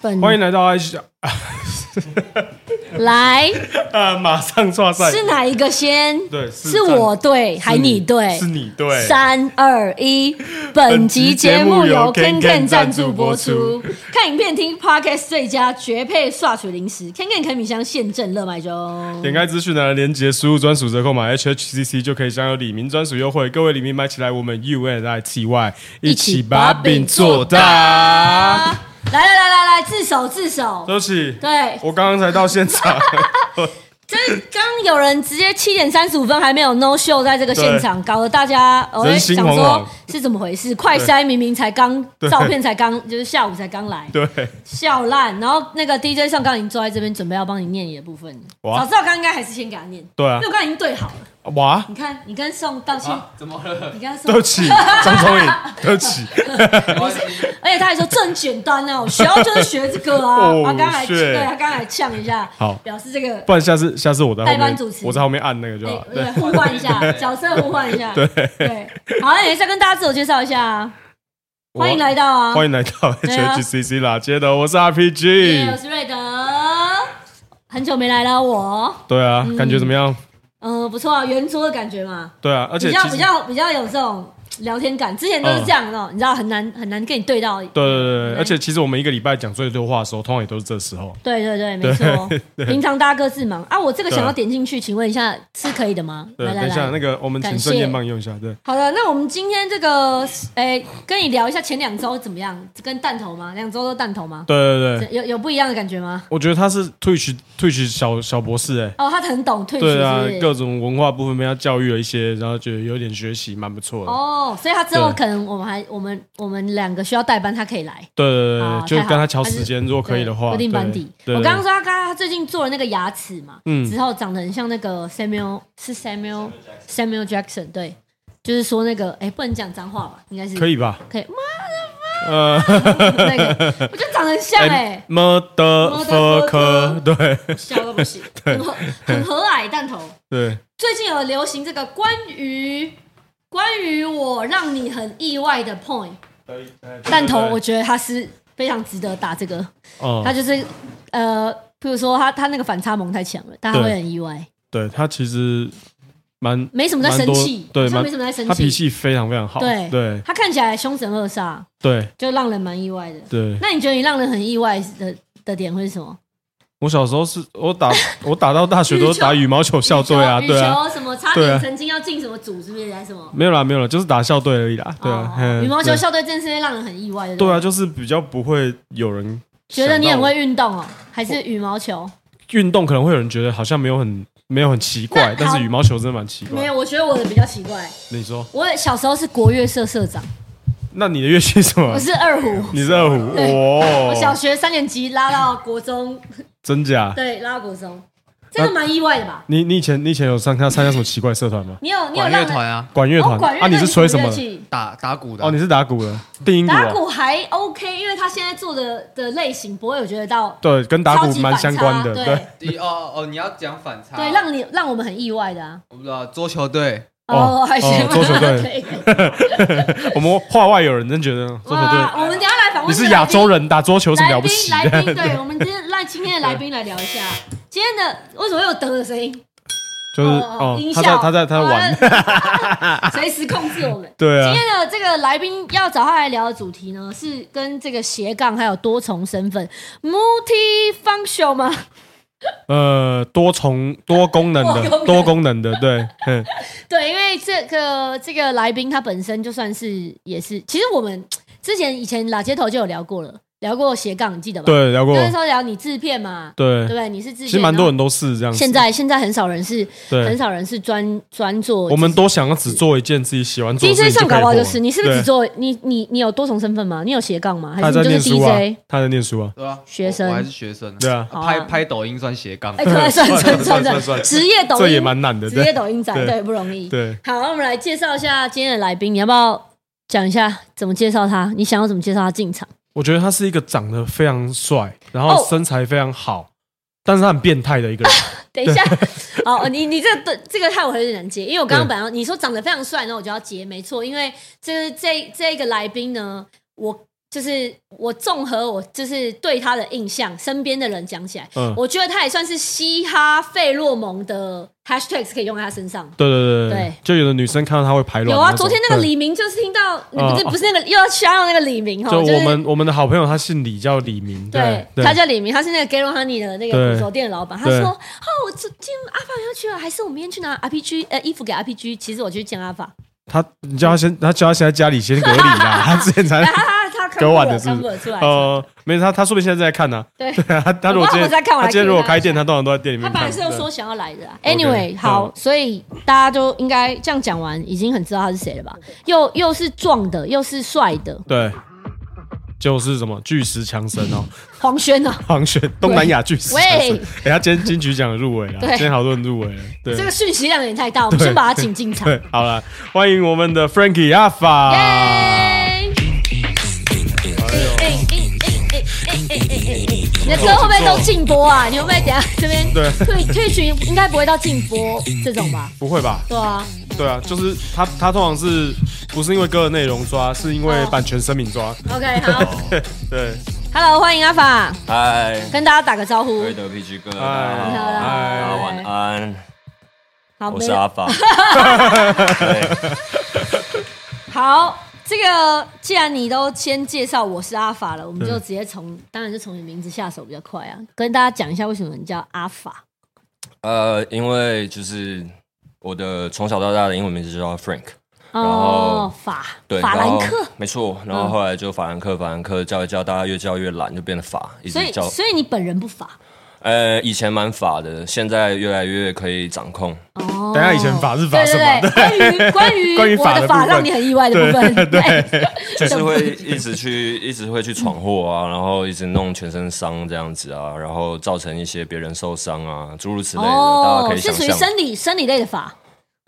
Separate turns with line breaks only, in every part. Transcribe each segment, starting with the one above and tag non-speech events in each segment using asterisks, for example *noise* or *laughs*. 本
欢迎来到 I 啊小， *laughs*
来
呃，马上抓赛，
是哪一个先？
对是
是我对还
是
你对
是？你对，
三二一，本集节目由 KenKen 赞助播出。看影片听 Podcast 最佳绝配刷水零食，KenKen 凯米香现正热卖中。
点开资讯栏的链接，输入专属折扣码 HHCC 就可以享有李明专属优惠。各位李明买起来，我们 U N I T Y 一起把饼做大。
啊来来来来来，自首自首。
对不起，
对，
我刚刚才到
*laughs*
现场，
这刚有人直接七点三十五分还没有 no show 在这个现场，搞得大家哦
人心
想
惶惶
说是怎么回事？快筛明明才刚
对
照片才
*laughs*
刚就是下午才刚来，
对，
笑烂。然后那个 DJ 上刚已经坐在这边准备要帮你念你的部分，
哇
早知道刚应该还是先给他念，
对啊
因为我刚刚已经对好了。
哇，
你看，你跟宋道歉，
怎么了？
你跟他
对不
说，
起，张聪颖，对不起，
而且他还说这很简单啊，我学校就是学这个啊。
*laughs* 哦
他刚才
是
对他刚才呛一下，
好
表示这个
不然下次下次我在后
代班
面
主，持
我在后面按那个就好
哎
了。
对互换一下
*laughs*
角色，互换一下。
对，
对，好，那也是要跟大家自我介绍一下啊，
我
欢迎来到啊，
欢迎来到
对啊
HHCC 啦，街头，我是
耶我
RPG，
是瑞德，很久没来了我，
对啊，感觉怎么样？
嗯，不错啊，圆桌的感觉嘛，
对啊，而且
比较
其实嗯
比较比较有这种聊天感，之前都是这样哦，你知道很难很难跟你对到，对
对对对对，
对
而且其实我们一个礼拜讲最多话的时候，通常也都是这时候。
对对，没错， *laughs* 平常大家各自忙啊，我这个想要点进去，请问一下是可以的吗？
对，
来
等
来
一下
来
那。个我们请
感谢
孙燕帮你用一下，对，
好了，那我们今天这个，哎，跟你聊一下前两周怎么样？跟弹头吗？两周都弹头吗？
对对对，
*laughs* 有有不一样的感觉吗？
我觉得他是 Twitch Twitch 小小博士哎、
哦，他很懂退学，
对啊
是不，是
各种文化部分被他教育了一些，然后觉得有点学习，蛮不错的。
哦，所以他之后
对
可能我们还我们我们两个需要代班，他可以来。
对对对对，
啊
就
太好
跟他调时间，如果可以的
对
话，
固定班底。
对对
我刚刚说他刚他最近做了那个牙齿嘛，
嗯
之后长得很像那个 Samuel 是 Samuel Samuel Jackson，对，就是说那个哎不能讲脏话吧，应该是
可以吧？
可以，妈
呃
那个我就长得很
*laughs*
像哎，
，motherfucker，
Motherfucker
对
笑到不
*laughs*
行，很和很和蔼蛋头。
对，
最近有流行这个关于关于我让你很意外的 point，蛋头我觉得他是非常值得打这个。
哦
他，就是呃，譬如说他他那个反差萌太强了，大家
对
会很意外，
对他其实蛮
没什么在
蛮
生
多
气，
对
好像
蛮
没什么在生气，
他脾气非常非常好，
对
对
他看起来凶神恶煞，
对
就让人蛮意外的。
对。
那你觉得你让人很意外的的点会是什么？
我小时候是我打我打到大学都是打羽毛球校队啊，
羽球
对啊，
羽球什么差
对啊
点曾经要进什么组是不是还是什么？
没有啦没有啦，就是打校队而已啦，对啊，
哦
嘿
羽毛球
对
校队真是会让人很意外的。
对
不
啊，，就是比较不会有人
觉得你
想
很
到
会运动哦，还是羽毛球？
运动，可能会有人觉得好像没有很没有很奇怪，
那
但
好
是羽毛球真的蛮奇
没
怪。
有，我觉得我的比较奇怪。
你说，
我小时候是国乐社社长，
那你的乐器是什么
我？是二胡。
你是二胡
对我小
哦，
学三年级拉到国中
真假？
对，拉国中，真的蛮意外的吧？
你你以前你以前有参加参加什么奇怪社团吗？
你有你有
管
让
乐
人
团啊，
管乐
哦
团
管乐
啊？你是吹什
么
么
乐
的？
器？
打打鼓的啊、
哦，你是打鼓的，定音鼓
打
啊？
鼓还 OK，因为他现在做的的类型不会有觉得到
对，跟打
超
鼓
级
蛮
反
相
差，
关的，
对
对。
你哦哦，你要讲反差。
对，让你让我们很意外的啊。
我不知道桌球队，
哦
还行
哦，桌球
*laughs*
队
可以
我们话外有人真觉得 *laughs* 桌球队
哇，我们等一下来访问
你是
这个
亚
来宾
洲人，打桌球有什么
来
了不
宾
起
来宾，
的？
对，我们今天让今天的来宾来聊一下今天的为什么又有得的声音？
*laughs* 就是
哦
哦，
音
他
效，
在他在他在玩，
玩， *laughs* 随时控制我们。
*laughs* 对啊
今，天的这个来宾要找他来聊的主题呢，是跟这个斜杠还有多重身份 （multifunction） 吗？ *laughs*
呃，多重多功能
*laughs*
的，多
多
功能的，
*laughs*
对，嗯，
对，因为这个这个来宾他本身就算是也是，其实我们之前以前拉街头就有聊过了，聊过斜杠，你记得吧？，
对，聊过，
那时候聊你制片嘛，对不
对，
对？你是制片，
其实蛮
然
多人都嗯是这
后
样子。
现在现在很少人是很
对，
少人是专专做
我们都想要只做一件自己喜欢做的事
DJ
情
上
可以
搞不好
火
就是你是不是
对
只做你你你有多重身份吗？你有斜杠吗？还
他
是
在
你就
念
是
书啊 *laughs*
DJ？，
他在念书啊，
对吧、啊？
学生
我我还是学生、
对啊
好啊
拍拍抖音算斜杠。
哎，可以算算算算算，职业抖音
这也蛮难的，
职业
对
抖音仔，
对
对，不容易。
对。
好，那我们来介绍一下今天的来宾，你要不要讲一下怎么介绍他？你想要怎么介绍他进场？
我觉得他是一个长得非常帅，然
哦
后身材非常好，但是他很变态的一个人。
等一下， *laughs* 哦，你你这个对这个害我有点难接，因为我刚刚
对
本来你说长得非常帅，那我就要接，没错，因为这这这个来宾呢，我就是我综合我就是对他的印象，身边的人讲起来，
嗯
我觉得他也算是嘻哈费洛蒙的 hashtags 可以用在他身上。
对对对
对
就有的女生看到她会排卵
有
种。
啊，昨天那个
对
李明就是听到，
嗯
不是
哦
不是那个又要瞎用那个李明哈，
就
就是
我们我们的好朋友，他姓李，叫李明。
对，
对，
他叫李明，他是那个 Garo Honey 的那个
对
古着店的老板。他
对
说：“哦，我今天阿法要去了，还是我明天去拿 RPG 呃衣服给 RPG？其实我去见阿法，
他，你叫他先，他叫他先在家里先隔离
*laughs*
啦。他之前才
哎他他他看
隔
不
晚
了，
的是
看
不
不
是
了出来。
呃，没事，他他说不定现在正在看呢。
对，
对啊，他如
我
果
不知道我
今
在
天
看我来
他今天如果
看一下
开店，他通常都在店里
他
面
本来
看。
是有
对
说想要来的啊。
OK，
Anyway，好
嗯，
所以大家就应该这样讲完，已经很知道他是谁了吧？又又是壮的，又是帅的，
对，就是什么巨石强森
*laughs*
哦，
黄轩啊，
黄轩东南亚巨石强
喂
森。哎，他今天金曲奖入围了，
对
今天好多人入围了。啊对
这，个讯息量有点太大，我们
对
先把他请进场。
对，好了，欢迎我们的 Frankie 阿法。
耶！你的歌会不会都禁播啊？你会不会等下这边
对
退退群应该不会到禁播这种吧？
不会吧？
对啊，
对啊，就是他，他通常是不是因为歌的内容抓，是因为
哦
版权声明抓。
OK，好
对，
，Hello，欢迎阿法，
嗨，
跟大家打个招呼
各。位德 PG 哥，大
嗨
家好，
嗨
大家晚安，
好，
我
没
是
*laughs*
阿法。对，
好，这个既然你都先介绍我是阿法了，我们就直接从，当然就从你名字下手比较快啊。跟大家讲一下为什么你叫阿法。
呃，因为就是我的从小到大的英文名字就叫 Frank，
哦，法
对，
法
然
兰
后
克，
没错，然后后来就法兰克，法兰克叫一叫，大家越叫越懒，就变得法，一
所
直
以
叫，
所以你本人不法
呃，以前蛮法的，现在越来越可以掌
*laughs*
控。
哦。
等一下以前法是法
对
什么？
对对，关于关
关
于
于
我
法
的
的
法
部分
让你很意外的部分，对， *laughs*
就是会一直去，一直会去闯祸啊， *laughs* 然后一直弄全身伤这样子啊，然后造成一些别人受伤啊，诸如此类的，大家可以
哦是
想
属于
象。
生理生理类的法，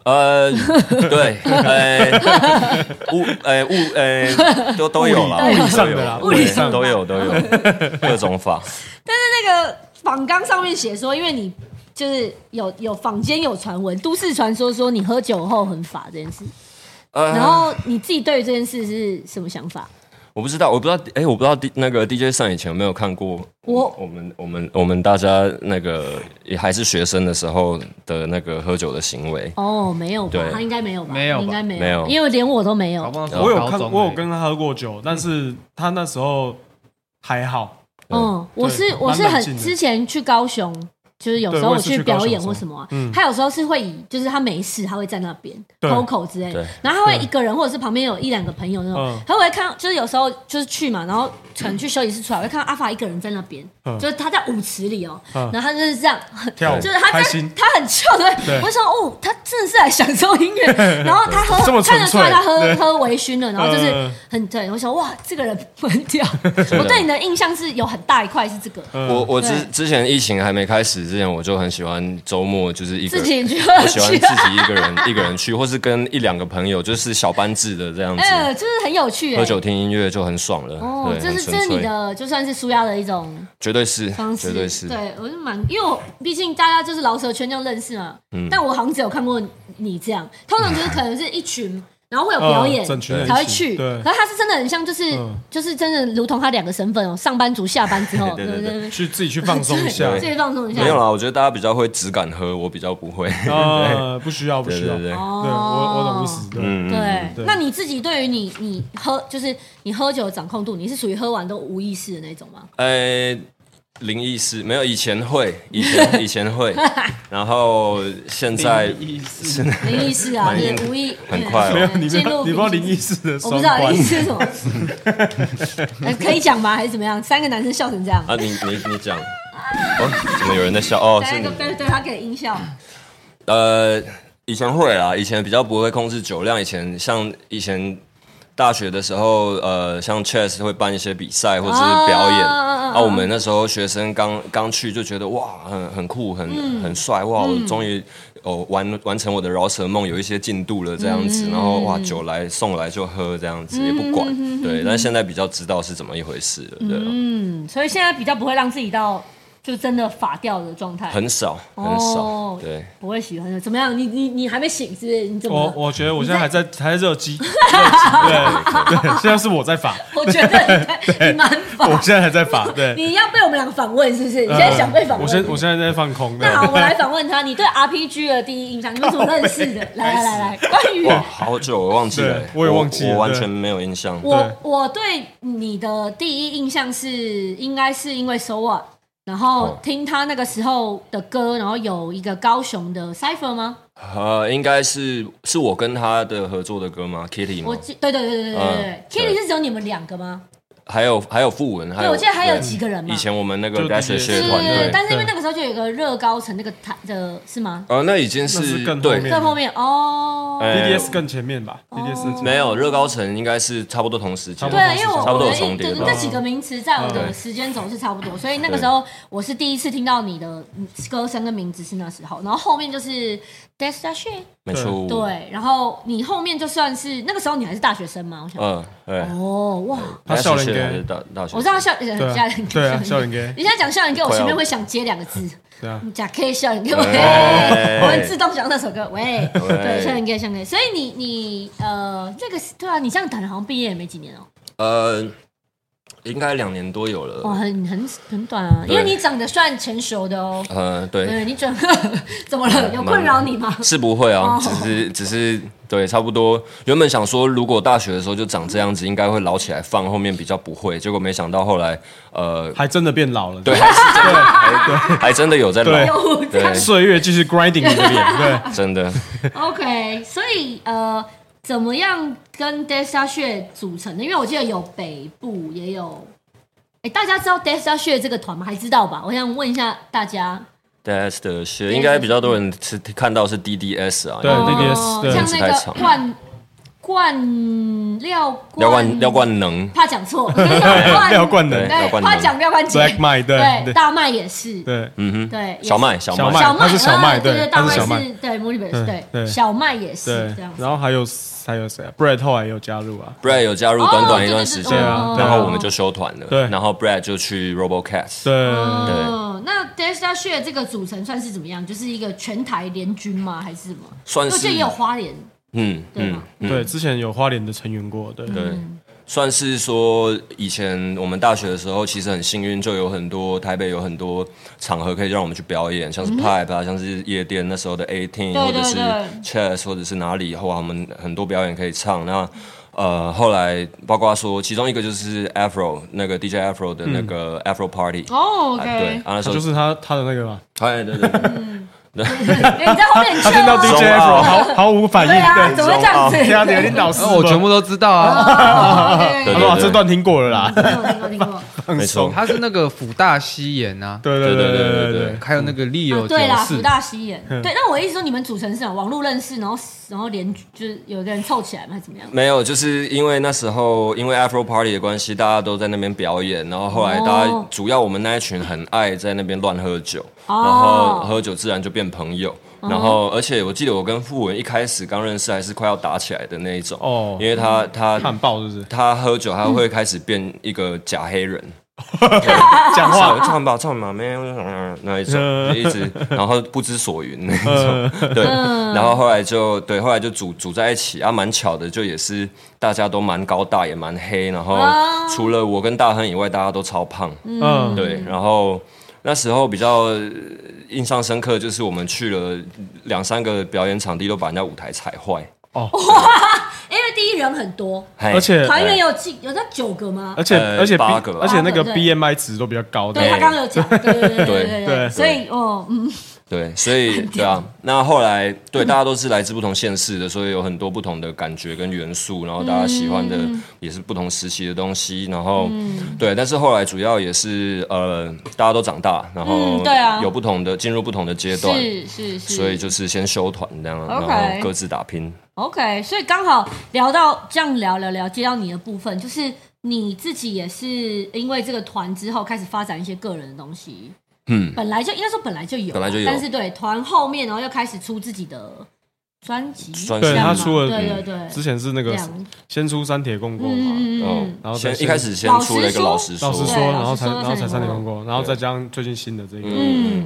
呃，对，呃，物，呃物，呃，都都有啦，
*laughs* 物理
都有
上的啦
对
物理上的
都有
*laughs*
都有各种法，
那个仿纲上面写说，因为你就是有有坊间有传闻，都市传说说你喝酒后很法这件事，然
呃，
后你自己对于这件事是什么想法？
我不知道，我不知道，哎，我不知道 D 那个 DJ 上以前有没有看过
我
我们我们我们大家那个也还是学生的时候的那个喝酒的行为，
哦，没有吧
对？
他应该没有吧？
没有吧
应该没
没有
因为连我都没有
搞。哎不好那时候
我有
高
看，
中欸
我有
而已
跟他喝过酒，但是他那时候还好。
嗯，我是我是
蛮
很
冷静的
之前去高雄，就是有时候
对我也是
去
去
表演
高雄
或
的
什
时候
么、啊，
嗯
他有时候是会以就是他没事，他会在那边
对
偷口之类的
对，
然后他会一个人或者是旁边有一两个朋友那种
嗯，
他会看到就是有时候就是去嘛，然后可能去休息室出来，会看到阿法一个人在那边，
嗯
就是他在舞池里哦、
嗯
然后他就是这样。
跳舞
就是他在
开心
他很 c 对，
对
我想哦，他真的是来享受音乐，
*laughs*
然后他喝
这么
看得
纯
出
粹
来他喝
对
喝微醺了，然后就是
嗯
很对，我想哇，这个人很屌。
*laughs*
我对你的印象是有很大一块是这个，
嗯
我我之
嗯对
之前疫情还没开始之前，我就很喜欢周末就是一个
自
人，
己去
我喜欢
去
自。己一个人一个人去，或是跟一两个朋友，就是小班制的这样子，
哎、就是很有趣、哎
喝酒听音乐就很爽了。
哦，
对，
这
很
是这是
纯
你
粹，
的，就算是舒压的一种
绝对是
方，式，
绝对是。
对我就蛮，因为我毕竟大家就是饶舌圈这样认识嘛，
嗯
但我好像只有看过你这样，通常就是可能是一群。然后会有表演，
嗯 *laughs* 整群人一起
才会去。
对
可是他是真的很像，就是、
嗯
就是真的，如同他两个身份哦，上班族下班之后，
*laughs* 对对对
对，
去自己去放松一下
自。己放松一下。
没有啦，我觉得大家比较会只敢喝，我比较不会。
*laughs* 呃，不需要，不
对
需要。
对
对
对，
哦
我我懂意思。对，
*laughs* 嗯，
对，
对
那你自己对于你你喝就是你喝酒的掌控度，你是属于喝完都无意识的那种
*laughs*
吗？
呃，灵异事没有，以前会，以前以
*laughs*
前会，然后现在
*laughs*
意思
没意识啊，
蛮
也
硬
无意，
很快
*laughs*
哦
没有你不
进
知
入
道，你不知道
冰
灵异事的
我
双
不知道
关
灵异。是什
*laughs*
么，呃可以讲吗？还是怎么样？三个男生笑成这样，
啊，你你你讲，哦，怎么有人在笑？哦，
来
是
一
你
个。对对，他给音效，
呃，以前会啦，以前比较不会控制酒量。以前像以前大学的时候，呃，像 Chess 会办一些比赛或者是表演。
啊
啊，我们那时候学生刚刚去就觉得哇，很很酷，很、
嗯
很帅哇！我终于哦完完成我的饶舌梦，有一些进度了这样
嗯
子。然后哇，酒来送来就喝这样子，也不管。
嗯
对，但现在比较知道是怎么一回事了。对啊，
嗯，所以现在比较不会让自己到就真的法掉的状态，
很少很
哦
少，对，
不会喜欢的。怎么样？你你你还没醒是不是？你怎么
我
了？
我觉得我现在还在还在
*laughs*
热机，热机对对，现在是我在发，
我觉得你
*laughs*
在你蛮
我
反，
现在还在发，对。呃
你要被我们两个访问是不是？你现在想被访问？
我现我现在在放空，对
那好，我来访问他，你对 RPG 的第一印象，你是怎么认识
哦
的？来来来来，关于
哇，哦好久我忘记了
对，我也忘记了
我，我完
对
全没有印象。
我我对你的第一印象是，应该是因为 So What，然后
哦
听他那个时候的歌，然后有一个高雄的 Cipher 吗？
呃，应该是是我跟他的合作的歌吗？Kitty 吗
我？记对对对对对对对
嗯
，Kitty
对
是只有你们两个吗？
还有还有傅文，还
对，
有
我记得还有
对
几个人嘛
以。前我们那个
就
Dash
这
乐
些
团
是
队，，
但是因为
对
那个时候就有一个热高层那个台的是吗？
呃，那已经
那是
是
更后面
对。
在后面哦，
哎
，DDS 更前面吧，DDS 更前面
没有，乐高城应该是差不多同时
差
间。
不多
对，因为我
差不多
我
有
的
重
印
叠
对
吧
那几个名词在我的
嗯
时间轴是差不多，所以那个时候我是第一次听到你的歌声跟名字是那时候，然后后面就是 Death s h a
没错。，
对，然后你后面就算是那个时候你还是大学生嘛，我想。
嗯，对。
哦哇！
他笑脸给
还是大大学，
我知道笑
对
呃
啊
笑脸
对啊笑脸哥
你现在讲笑脸哥，我
快要
前面会想接两个字，
对啊，
你讲 K 笑脸哥，
哎
喂， *laughs* 我会自动想到那首歌，喂，
喂
对，笑脸哥，笑脸哥。所以你你呃，这个对啊，你这样等好像毕业也没几年哦，
呃，应该两年多有
哇，
了。
哦很很很短啊，因为
对
你长得算成熟的哦，
呃，对，
对，你整个 *laughs* 怎么了？有困扰你吗？
是不会啊
哦，
只是只是对，差不多。原本想说，如果大学的时候就长这样子，应该会老起来放，后面比较不会。结果没想到后来，呃，
还真的变老了，
对，，还是真的，还还真的有在
对
老，
有
对，
岁月继续 grinding 你的脸，对，
真的。
*laughs* OK，所以呃，怎么样跟 Desa 穴组成的？因为我记得有北部，也有。哎，大家知道 Desa 穴这个团吗？还知道吧？我想问一下大家。
DS 的是应该比较多
嗯
人是看到是 DDS 啊，
对
因为
那个也是对
哦像那
名字太
个
长
冠冠廖
廖
哦
冠廖，冠能，
怕讲错，廖
廖冠能
对，
廖冠能
怕讲廖冠杰
Black Mike，对对
大麦也是，
对，
嗯哼，
对，也是
小麦小
小
麦
麦他是小麦
啊对
对
大
他是小
麦是，对 m o n i v e r s
嗯
对，
对
小麦也是
对
这样，子。
然后还有还有谁啊？Brad 后来也有加入啊，
Brad 有加入
哦
短短一段时间，
对对
对啊对对
然后我们就休团了，
对
然后 Brad 就去 RoboCats，
对，
哦，那 Dash s h a r 这个组成算是怎么样？就是一个全台联军吗？还是什么？
算
我
是
记得哦也有花莲，
嗯
对
嗯
吗
嗯，
对，之前有花莲的成员过，对，
对。
嗯
算是说，以前我们大学的时候，其实很幸运，就有很多台北有很多场合可以让我们去表演，像是 Pipe 啊，像是夜店那时候的 Eighteen，
对
或者是
对
Chess，或者是哪里，哇，我们很多表演可以唱。那呃，后来包括说，其中一个就是 Afro 那个 DJ Afro 的那个 Afro Party，、
嗯哦
啊对，啊那
他
时候
就是他他的那个嘛，
哎对对对，
哎你在后面很
*laughs* 他听到 DJ
秀
中
哦
二
Afro 毫毫无反应，
对啊，怎么会这样子？
*laughs* 对啊，有点老师，
呃我全部都知道啊，
哦，OK，
他
对
听
说哇这段听过了啦，
过听过听 *laughs* 过。
没错，
他是那个辅大西岩啊，
对对对对对对，
还有那个利友
啊
九
对啦，福
四，
大西人。
嗯
对，那我意思说，你们组成是什么网络认识，然后然后联就是有一个人凑起来吗？还是怎么样？
没有，就是因为那时候因为 Afro Party 的关系，大家都在那边表演，然后后来大家、
哦
主要我们那一群很爱在那边乱喝酒，
哦嗯
然后喝酒自然就变朋友。然后，而且我记得我跟傅文一开始刚认识，还是快要打起来的那一种，
哦
因为他他
看爆是不是？
他喝酒，他会开始变一个假黑人，
*laughs* 讲
唱
话
唱吧唱吧，没有那一种，
嗯
一直然后不知所云那一
呃
种，对，然后后来就对，后来就组组在一起啊，蛮巧的，就也是大家都蛮高大，也蛮黑，然后
啊
除了我跟大亨以外，大家都超胖，
嗯，
对，然后那时候比较呃印象深刻就是我们去了两三个表演场地，都把人家舞台踩坏，
哦，
因为第一人很多，
嘿
而且
团员有几有到九个吗
而？且
呃
而且 B-
八个吧
而且那个
八个对
BMI 值都比较高的
对，他刚刚有讲，对对对对对对。
对
所以哦，嗯，
对，
*laughs*
所以对啊，那后来对大家都是来自不同县市的，所 *laughs* 以有很多不同的感觉跟元素，然后大家喜欢的
嗯
也是不同时期的东西，然后、对，但是后来主要也是呃，大家都长大，然后
嗯对啊
有不同的进入不同的阶段，
是是是。
所以就是先修团这样，然
OK
后各自打拼。
OK，所以刚好聊到这样聊聊聊，接到你的部分，就是你自己也是因为这个团之后开始发展一些个人的东西，
嗯，
本来就应该说本来就有啊，
本来就有
但是对团后面然后又开始出自己的专辑
专辑
这
对
样
他
吗
出了，
对
嗯
对对，啊
之前是那个
两
先出三铁公公嘛，
嗯嗯嗯
嗯，
然后再
先
先
一开始先出了一个老实说，
老实说，
对
然后才
老实说
然后才
三
三
铁
铁
公
公公，然后
对
再加上最近新的这个，
嗯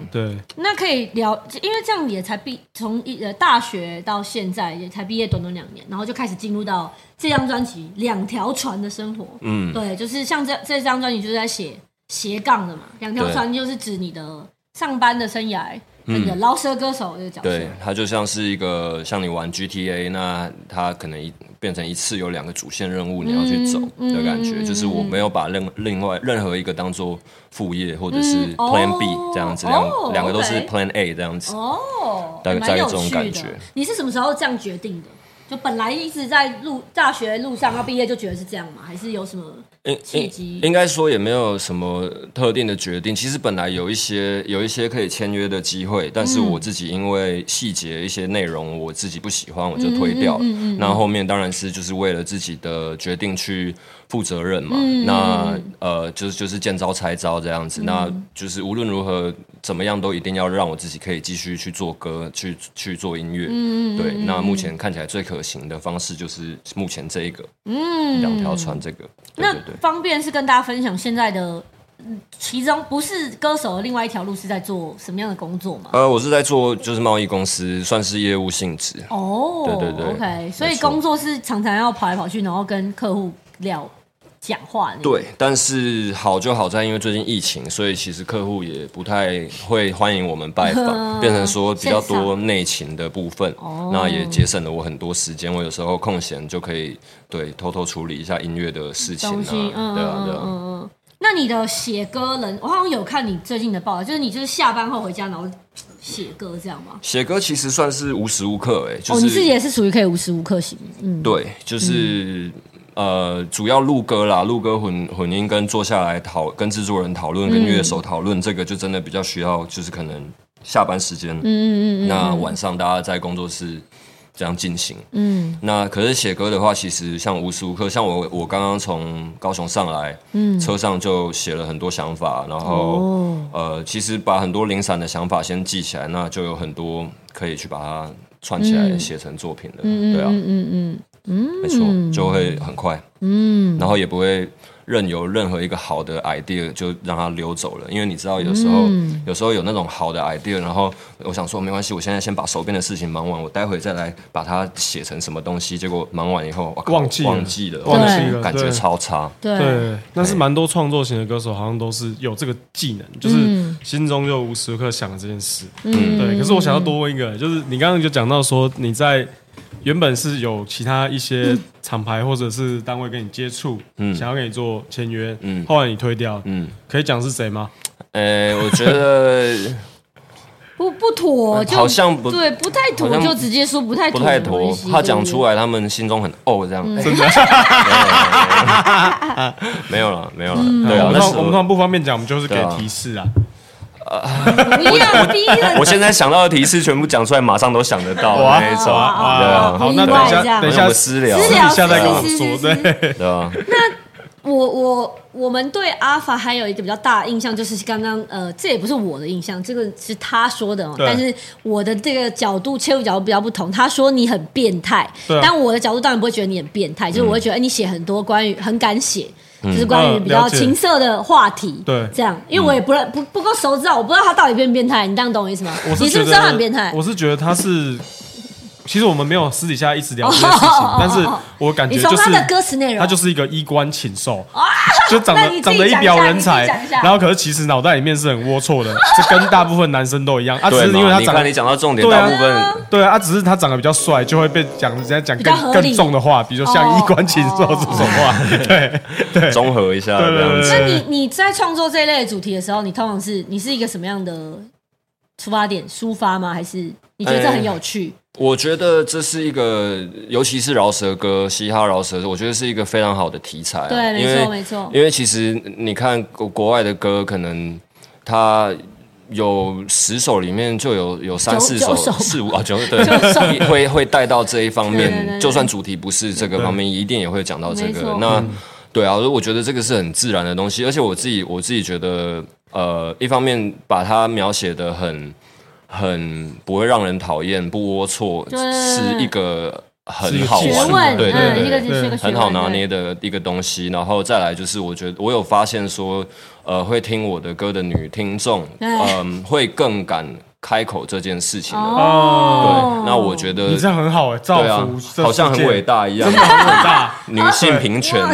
嗯，
对，
那可以聊，因为这样也才毕从一呃大学到现在也才毕业短短两年，然后就开始进入到这张专辑《两条船》的生活。
嗯，
对，就是像这这张专辑就是在写斜杠的嘛，两条船就是指你的上班的生涯，你的饶舌歌手这个角色
嗯对，，它就像是一个像你玩 GTA，那它可能一变成一次有两个主线任务你要去走
嗯
的感觉，
嗯
就是我没有把任另外任何一个当做副业或者
嗯
是
哦
Plan B 这样子，两、
哦
两个都是
OK
Plan A 这样子。
哦，
大概
蛮有
大概这种
趣
感
的
觉。
你是什么时候这样决定的？就本来一直在路大学路上，要毕业就觉得是这样吗？还是有什么？
应
契
应
机
应该说也没有什么特定的决定。其实本来有一些有一些可以签约的机会，但是
嗯
我自己因为细节一些内容我自己不喜欢，我就
嗯
推掉了。那后面当然是就是为了自己的决定去负责任嘛。
嗯
那呃，就是就是见招拆招这样子。那就是无论如何怎么样都一定要让我自己可以继续去做歌，去去做音乐。
嗯
对，那目前看起来最可行的方式就是目前这一个，嗯，两条船这个。对
那
对对。
方便是跟大家分享现在的，嗯其中不是歌手的另外一条路是在做什么样的工作吗？
呃，我是在做就是贸易公司，算是业务性质。
哦，
对对对
，OK，所以
没错
工作是常常要跑来跑去，然后跟客户聊讲话。，
对，但是好就好在，因为最近疫情，所以其实客户也不太会欢迎我们拜
*laughs*
访，变成说比较
线
多内勤的部分
哦，
那也节省了我很多时间。我有时候空闲就可以对偷偷处理一下音乐的事情
东西，
啊，
嗯
对
嗯
啊
嗯
对
嗯
啊。
嗯。那你的写歌人，我好像有看你最近的报道，就是你就是下班后回家，然后写歌这样吗？
写歌其实算是无时无刻，哎，就
哦，
是
你自己也是属于可以无时无刻型，嗯，
对，就是、呃，主要录歌啦，录歌混混音跟坐下来讨跟制作人讨论，跟乐手讨论，这个就真的比较需要，就是可能下班时间，嗯嗯嗯，那晚上大家在工作室。这样进行，嗯，那可是写歌的话，其实像无时无刻，像我我刚刚从高雄上来，嗯，车上就写了很多想法，然后、呃，其实把很多零散的想法先记起来，那就有很多可以去把它串起来写成作品了，
嗯
对啊，没错，就会很快，嗯，然后也不会任由任何一个好的 idea 就让它溜走了，因为你知道有时候、有时候有那种好的 idea，然后我想说没关系，我现在先把手边的事情忙完，我待会再来把它写成什么东西，结果忙完以后哇靠
忘记了
忘记了，
忘
记
对
了
感觉
对
超差，
对，
对，但是蛮多创作型的歌手好像都是有这个技能，
嗯
就是心中就无时无刻想着这件事。嗯，对。可是我想要多问一个，就是你刚刚就讲到说你在原本是有其他一些
嗯
厂牌或者是单位跟你接触，
嗯
想要跟你做签约，
嗯
后来你推掉，
*laughs* 嗯，
可以讲是谁吗？
呃，我觉得
不不妥，就
嗯好像不
对，不太妥
好，像
就直接说不太
不
妥，
*laughs* 太妥，怕讲出
来。
来他们心中很哦这样， *laughs* 真的，没有了没有了，对
我
啊，
们
那
通
时
常我们
候
通。常不方便讲，我们就是给
对啊
提示啊。
不要逼人
*laughs* 我现在想到的提示全部讲出来，马上都想得到
哦
哇
那一种，
哇
对啊，
好，
意
那等一
外这
下，
样
等一
我
下
们私聊
私
私
聊
底下再跟我
私私
说，
私
对。
对啊，
我我我们对阿法还有一个比较大的印象，就是刚刚呃，这也不是我的印象，这个是他说的、哦，
对
但是我的这个角度切入角度比较不同。他说你很变态，
对啊
但我的角度当然不会觉得你很变态，就是我会
嗯
觉得、哎你写很多关于很敢写。就是关于比
嗯
较
了解
情色的话题，
对
这样，因为
嗯
我也不认不不够熟知啊道，我不知道他到底变不变态，你这样懂我意思吗？
我
你是
觉
不是
得
真的很变态？
我是觉得他是，其实我们没有私底下一直聊这件事情
哦，
但是我感
你
觉
从
就是
他的歌词内容，
他就是一个衣冠禽兽，就长
那你
得
自己
长得
讲一
一
下
表人
你自己讲
才
一下，
然后可是其实脑袋里面是很龌龊的，这跟大部分男生都一样啊，只
对
是因为
嘛？
他
你
长
看你
得。
讲到重点，
对啊
大部分
对啊，啊只是他长得比较帅，就会被讲人家讲
比较合
更
理
更重的话，比如说
哦
像衣冠禽兽这种话。对对，
综合一下
对
这样
对
子。
那你你在创作这一类的主题的时候，你通常是你是一个什么样的出发点抒发吗？还是你觉得这很有趣？
我觉得这是一个，尤其是饶舌歌、嘻哈饶舌，我觉得是一个非常好的题材啊、
对没错
因为
没错
因为其实你看国国外的歌，可能它有十首里面就有有三
九
四首、
九首
四五啊
*laughs*
九对
九首，
会会带到这一方
对对对对
面。就算主题不是这个方面，一定也会讲到这
没
个
错。
那对啊，我觉得这个是很自然的东西，而且我自己我自己觉得，呃，一方面把它描写的很。很不会让人讨厌、不龌龊，
对
是一个
是一
很
个
好
技
学
术
玩
问，
的，对对
嗯，
对，
一个学个学
很好
问
拿
对
捏的一个东西。然后再来就是，我觉得我有发现说，呃，会听我的歌的女听众，嗯、
哎
会更敢开口这件事情了。
哦
对，那我觉得
你这样很好哎，造
对啊
福这世，界
好像很伟，大一样
真，的很伟大。
女性平权，
哇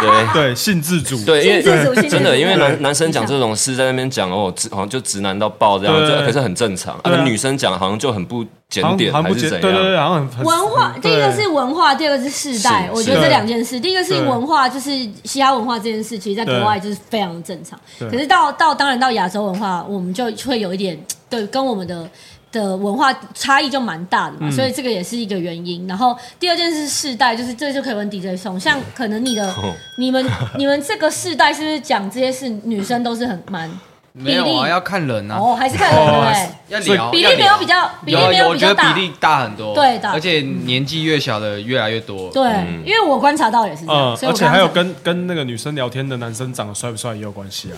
对。
对，性自主，
对，因
性自主性自
为
主
真的，因为
对
男男生讲这种事，在那边讲哦，直好像就直男到爆这样，
对
这可是很正常。啊
对啊
可女生讲好像就很不
好
检
像
点，
好像
还
不
是
接，
怎
对对对，
样？
好像很
文化，
很
第一个是文化，第二个是世代。
是
我觉得
是
这两件事，第一个是
对
文化，就是嘻哈文化这件事，其实在国
对
外就是非常的正常。
对
可是到到当然到亚洲文化，我们就会有一点对跟我们的。的文化差异就蛮大的
嗯
嘛，所以这个也是一个原因。然后第二件事是世代，就是这就可以问 DJ 宋，像可能你的、
哦
你们、你们这个世代是不是讲这些事，女生都是很蛮比
没
例
有啊，要看人啊，
哦，还是看人对不对？
要
哦
聊
比
要
例没
聊
有比较，比例
有
没
有，我
比较
觉得
大，
比例大很多，
对大
而且年纪越小的越来越多，
对，因为我观察到也是这样，
嗯，
所以
而
我
且
刚刚
还有
讲
跟跟那个女生聊天的男生长得帅不帅也有关系
*laughs*
啊。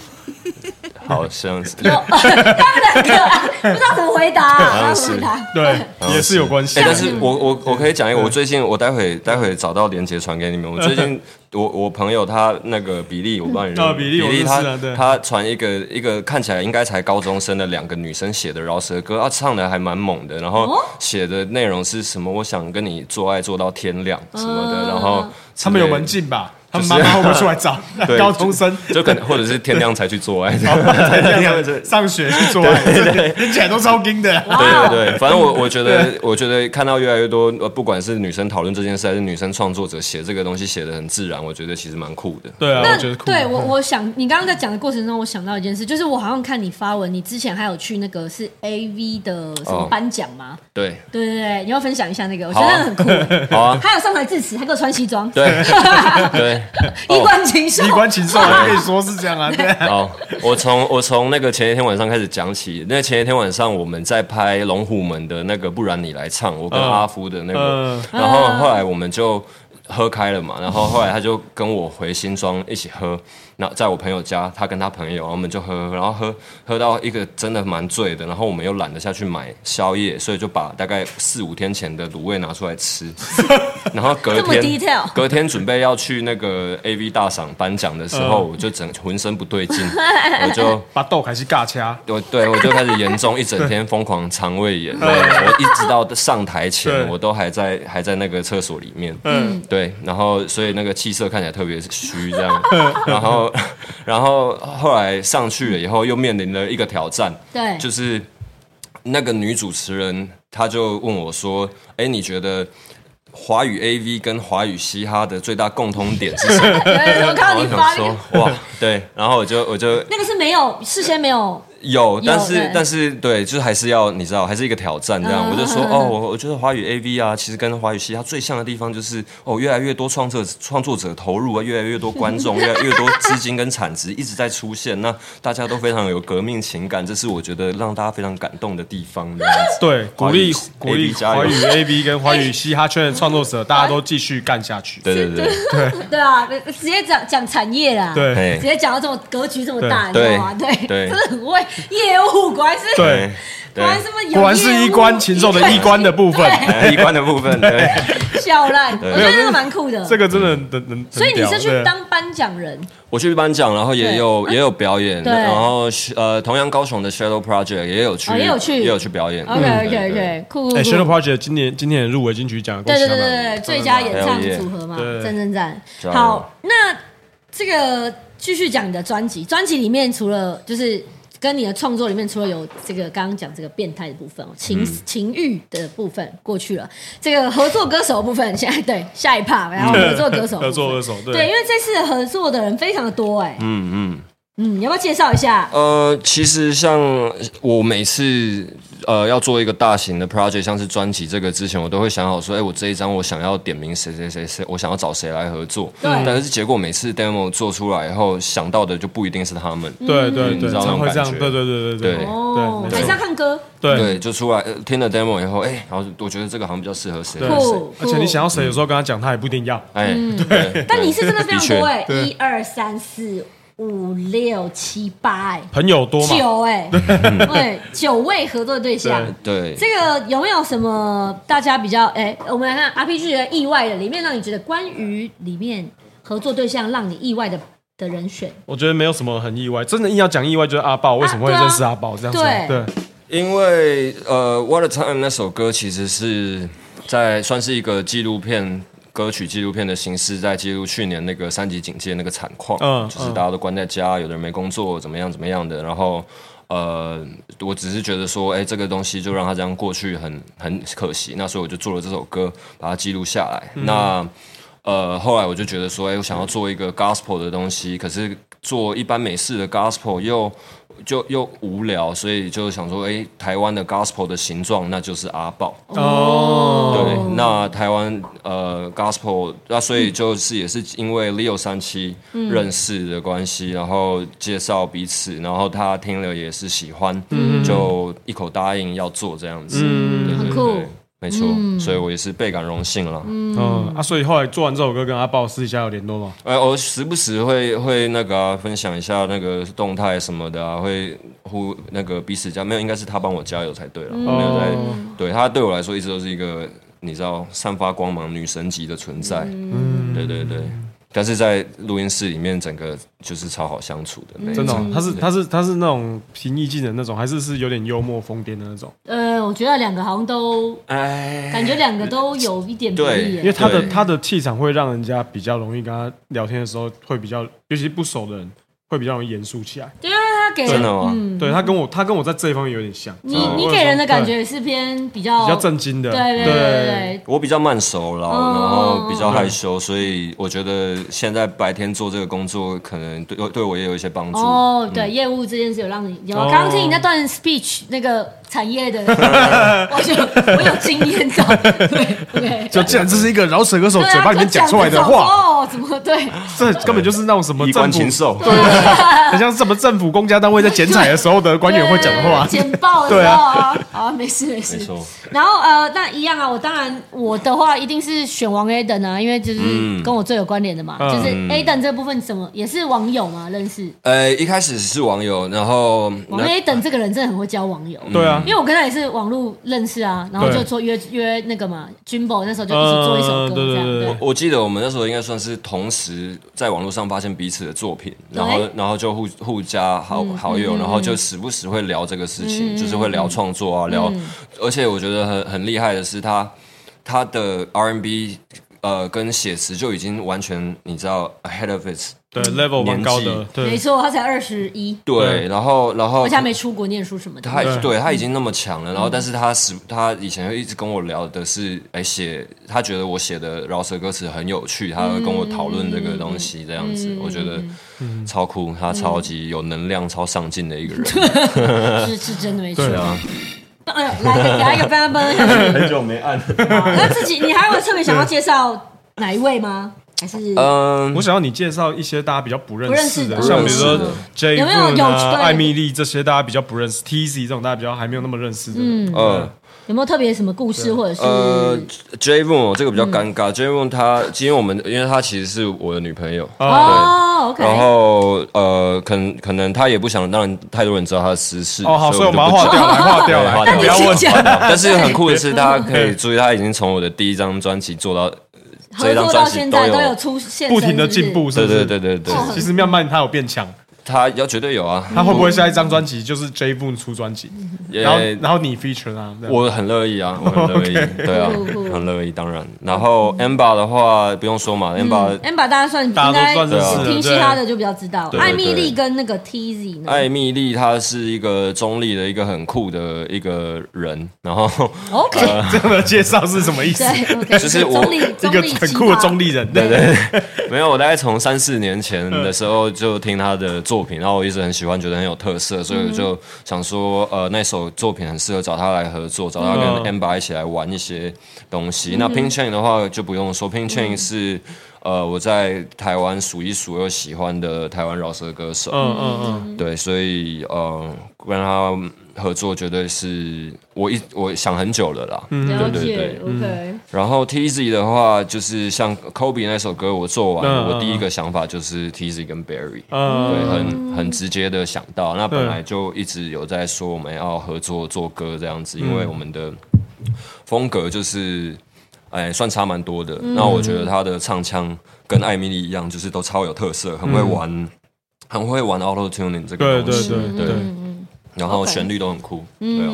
好，这样子。
有他们两个不知道怎么回答啊，不知道怎么回答。
对， *laughs* 也是有关系啊
哎、
的。
但是我我我可以讲一个，我最近我待会待会找到链接传给你们。我最近我我朋友他那个比利，我帮
*laughs*
你
啊比利我认识
他
啊对
他传一个一个看起来应该才高中生的两个女生写的饶舌歌，啊，唱的还蛮猛的，然后
哦
写的内容是什么？我想跟你做爱做到天亮什么
啊
的，
嗯
然后
他们有门
禁。
禁吧？他们妈妈会不会出来找
*laughs* 对
高中生？
*laughs* 就可能或者是天亮才去做爱，对 *laughs*
这样子上学去做爱，这听起来都超硬的。
对对，反正我我觉得，我觉得看到越来越多，呃，不管是女生讨论这件事，还是女生创作者写这个东西写的很自然，我觉得其实蛮酷的。
对啊，
那
我觉得酷。
对我，我想你刚刚在讲的过程中，我想到一件事，就是我好像看你发文，你之前还有去那个是 A V 的什么
哦
颁奖吗？
对，
对对对，你要分享一下那个，我觉得
好啊
那个很酷。
好啊，
还有上台致辞，还给我穿西装，
对哦对，
*laughs* 衣冠禽兽
衣。冠禽
*laughs*
兽，我可以说是这样啊。对啊，
好，我从我从那个前一天晚上开始讲起。那前一天晚上我们在拍《龙虎门》的那个《不然你来唱》，我跟
嗯
阿夫的那个
嗯，
然后后来我们就喝开了嘛，然后后来他就跟我回新庄一起喝，那在我朋友家，他跟他朋友，然后我们就喝，然后喝喝到一个真的蛮醉的，然后我们又懒得下去买宵夜，所以就把大概四五天前的卤味拿出来吃，然后隔
这么
天
detail
隔天准备要去那个 AV 大赏颁奖的时候，
嗯
我就整浑身不对
*laughs*
劲，我就。
把豆还是尬掐，
我对我就开始严重，一整天疯狂肠胃炎，对我一直到上台
嗯对
前，我都还在还在那个厕所里面。
嗯，
对，然后所以那个气色看起来特别虚这样，
嗯
然后 *laughs* 然后后来上去了以后，又面临了一个挑战，
对，
就是那个女主持人，她就问我说：“哎，你觉得华语 AV 跟华语嘻哈的最大共通点是什 *laughs* 么
对我？” *laughs* 看到
我
你发
想
那个
说，哇，对，然后我就我就
那个是没有事先没有
有，但
对
是但是对，就是还是要你知道，还是一个挑战这样。
嗯
我就说
嗯嗯
哦，我我觉得华语 AV 啊，其实跟华语嘻哈最像的地方就是哦，越来越多创作创作者投入啊，越来越多观
*laughs*
众，越来越多资金跟产值一直在出现，那大家都非常有革命情感，这是我觉得让大家非常感动的地方。这样子
对，鼓励
华语
鼓励
AV 加
华
油
语 A B 跟华语嘻哈圈的创作者，大家都继续干下去。
对对对
对啊，直接讲讲产业啦，
对
直接讲到这么格局这么大，你
对
知道吗？对，
对
真的很会业务，果然是
哎
果
对，
然是么有
果然是
业务
衣冠禽兽的衣冠的部分，
哎一关的部分，对，
笑烂，我觉得那个蛮酷的。
这个真的很很很。
所以你是
很屌对
去当颁奖人，
*laughs* 我去颁奖，然后也有也有表演，
对
然后呃，同样高雄的 Shadow Project 也有去
哦也有去
也有去表演。
嗯
嗯
OK
对
OK
对对
OK，酷酷
哎 Shadow
酷。
Project 今年今年入围金曲奖，恭
对
喜
对
他
对
们
对对，最佳演唱组合嘛，
对
赞赞赞。
加油
好，那这个继续讲你的专辑，专辑里面除了就是跟你的创作里面，除了有这个刚刚讲这个变态的部分哦，情、
嗯
情欲的部分过去了，这个合作歌手的部分现在对下一趴，然后合作歌手的部分
嗯 *laughs* 合作歌手，
对，因
对，
为这次合作的人非常的多哎、
嗯嗯。
嗯，要不要介绍一下？
呃，其实像我每次呃要做一个大型的 project，像是专辑这个之前，我都会想好说，哎、我这一张我想要点名谁谁谁谁，我想要找谁来合作。嗯
对
但是结果每次 demo 做出来以后，想到的就不一定是他们。
对对
嗯
对，
你知道那
常
种
会这样，
感觉
对对对对
对
哦，还
对
是要看歌，
对对。
就出来、呃听了 demo 以后，哎、然后我觉得这个好像比较适合谁谁
对
谁。
酷
而且你想要谁，有时候跟他讲，他也不一定要。
哎、对，
但你是真的非常多
的确
哎，一二三四五六七八，哎，
朋友多嘛，
九哎，对，九位合作对象
对。
对，
这个有没有什么大家比较？哎，我们来看 RPG 的意外的里面，让你觉得关于里面合作对象让你意外的的人选，
我觉得没有什么很意外，真的硬要讲意外就是阿豹为什么会
啊对啊
认识阿豹这样子，啊
对
对，
因为呃，《What a Time》那首歌其实是在算是一个纪录片歌曲纪录片的形式，在记录去年那个三级警戒那个惨况，
嗯
就是
嗯
大家都关在家，有的人没工作，怎么样怎么样的，然后。呃，我只是觉得说，哎、这个东西就让它这样过去很很可惜。那所以我就做了这首歌，把它记录下来。
嗯
那呃，后来我就觉得说，哎、我想要做一个 gospel 的东西，可是做一般美式的 gospel 又就又无聊，所以就想说，哎、台湾的 gospel 的形状那就是阿豹。
哦，
对，那台湾呃 gospel，那所以就是也是因为 Leo 三七认识的关系，然后介绍彼此，然后他听了也是喜欢，就一口答应要做这样子，
嗯
对
很
对
酷
对，没错，所以我也是倍感荣幸了。
嗯啊，所以后来做完这首歌，跟阿豹私底下有联络吗？
呃，我时不时会会那个、啊、分享一下那个动态什么的啊，会互那个彼此加没有，应该是他帮我加油才对了，没有在
哦
对他对我来说一直都是一个你知道散发光芒女神级的存在，嗯，对对对，但是在录音室里面整个就是超好相处的那一
真的哦、
嗯
种，
他是他是他是那种平易近人那种，还是是有点幽默疯癫的那种？
呃，我觉得两个好像都
哎，
感觉两个都有一点比欸
对
例
因为
耶，
他的
对
他的气场会让人家比较容易跟他聊天的时候会比较，尤其是不熟的人会比较容易严肃起来。
对啊，他给
真的哦吗？
对他跟我他跟我在这一方面有点像，
嗯你
嗯
你
我有时候
给人的感觉
对
是偏比较
比较震惊的，
对对对对
我比较慢熟啦，
哦
然后比较害羞，所以我觉得现在白天做这个工作，可能对对我也有一些帮助。
哦，对，业务这件事有让你有啊。
嗯哦
刚刚听你那段 speech 那个产业
*laughs*
的，我就我有经验到，对，OK。
就既然这是一个饶舌歌手
对啊
嘴巴里面讲出来的话，
哦，怎么对？
这根本就是那种什么
衣冠
政
禽
府，
兽，
很像什么政府公家单位在剪彩的时候的官员会讲的话
对。简报的
对
时
啊
候啊，好啊，没事没事
没。错，
然后呃，那一样啊，我当然我的话一定是选王 A 等啊，因为就是
嗯
跟我最有关联的嘛，
嗯
就是 A 等这部分怎么也是网友嘛认识。
呃，一开始是网友，然后
王 A 等这个人真的很会交网友，
对啊
因，为我跟他也是网络认识啊，然后
对
就做约约那个嘛，Jumbo 那时候就一起做一首歌
嗯对
这样。
对对
我我记得我们那时候应该算是同时在网络上发现彼此的作品，然后然后就互互加好
嗯
好友，然后就时不时会聊这个事情，就是会聊创作啊，
嗯
聊。而且我觉得很很厉害的是他他的 R&B 呃跟写词就已经完全你知道 ahead of it，
对 level 蛮高的
年纪，
没
对，
错，他才二十一，
对，然后然后
而且他没出国念书什么的。
哦他
对
对他已经那么强了，然后但是他是他以前一直跟我聊的是，哎写他觉得我写的饶舌歌词很有趣，他会跟我讨论这个东西，这样子，我觉得超酷，他超级有能量、超上进的一个人。
是是真的没错。
对啊，
哎呦，来一个来一个 bang bang 下去。
*laughs* 很久没按，
*laughs* 那自己你还有特别想要介绍哪一位吗？还是
嗯
我，想要你介绍一些大家比较不认识的，
不认识的
像比如说
不认
J
有没有
Kun 啊、
有对
艾米丽这些大家比较不认识，TZ 这种大家比较还没有那么认识的。嗯，
呃。
有没有特别什么故事或者是？
呃，J Moon 哦这个比较尴尬。J Moon 她，因为我们，因为她其实是我的女朋友，
啊
哦，OK，
然后呃，可能可能她也不想让太多人知道她的私事。
哦，好，所以我
就
们要
不
划
讲
掉，来划掉，
*laughs*
对划
来，
掉
不要
那
问
你。先讲
哦但是很酷
*laughs*
的是，大家可以注意，他已经从我的第一张专辑做到这
合
一张
作
专
到
辑
现
都
在都
有
有，哦出现，
不停的进步，是
对
不
对
是？
对对对，
其实慢慢他有变强，
他要绝对有啊，
他会不会下一张专辑就是 J Boon 出专辑，然后
也
然后你 feature 啊？ *laughs* 这样
嗯我很乐意啊，我很乐意，对啊
酷酷，
很乐意，当然。然后 Amber 的话不用说嘛，Amber
嗯 M 把大家算应
大家
该
都算
认识
听
了
嘻哈的就比较知道，
对对哎
艾米丽跟那个 TZ 呢？
艾蜜莉，她是一个中立的一个很酷的一个人，然后
OK，
这样的介绍是什么意思？
哦对，OK，
就是我
中立
一个很酷的中
立
立人，对对
*laughs* 没有，我大概从三四年前的时候就听他的作品，然后我一直很喜欢，觉得很有特色，所以我就想说，呃，那首作品很适合找他来合作，找他跟 Amber 一起来玩一些东西。那 Pin Chain 的话就不用说，Pin Chain 是呃我在台湾数一数二喜欢的台湾饶舌歌手，
嗯嗯嗯，
对，所以呃跟他合作绝对是我一我想很久了啦。
了
对对
解
对
，OK，
然后 Teasy 的话，就是像 Kobe 那首歌，我做完，
嗯嗯
我第一个想法就是 Teasy 跟 Barry，、对，
呃，
很很直接的想到。那
对
本来就一直有在说我们要合作做歌这样子，因为
嗯
我们的风格就是，哎，算差蛮多
嗯
的。那我觉得他的唱腔跟艾米丽一样，就是都超有特色，很会玩，很会玩 Auto Tuning
嗯
这
对对
个东西，
对对对，
然后
OK
旋律都很酷，对啊。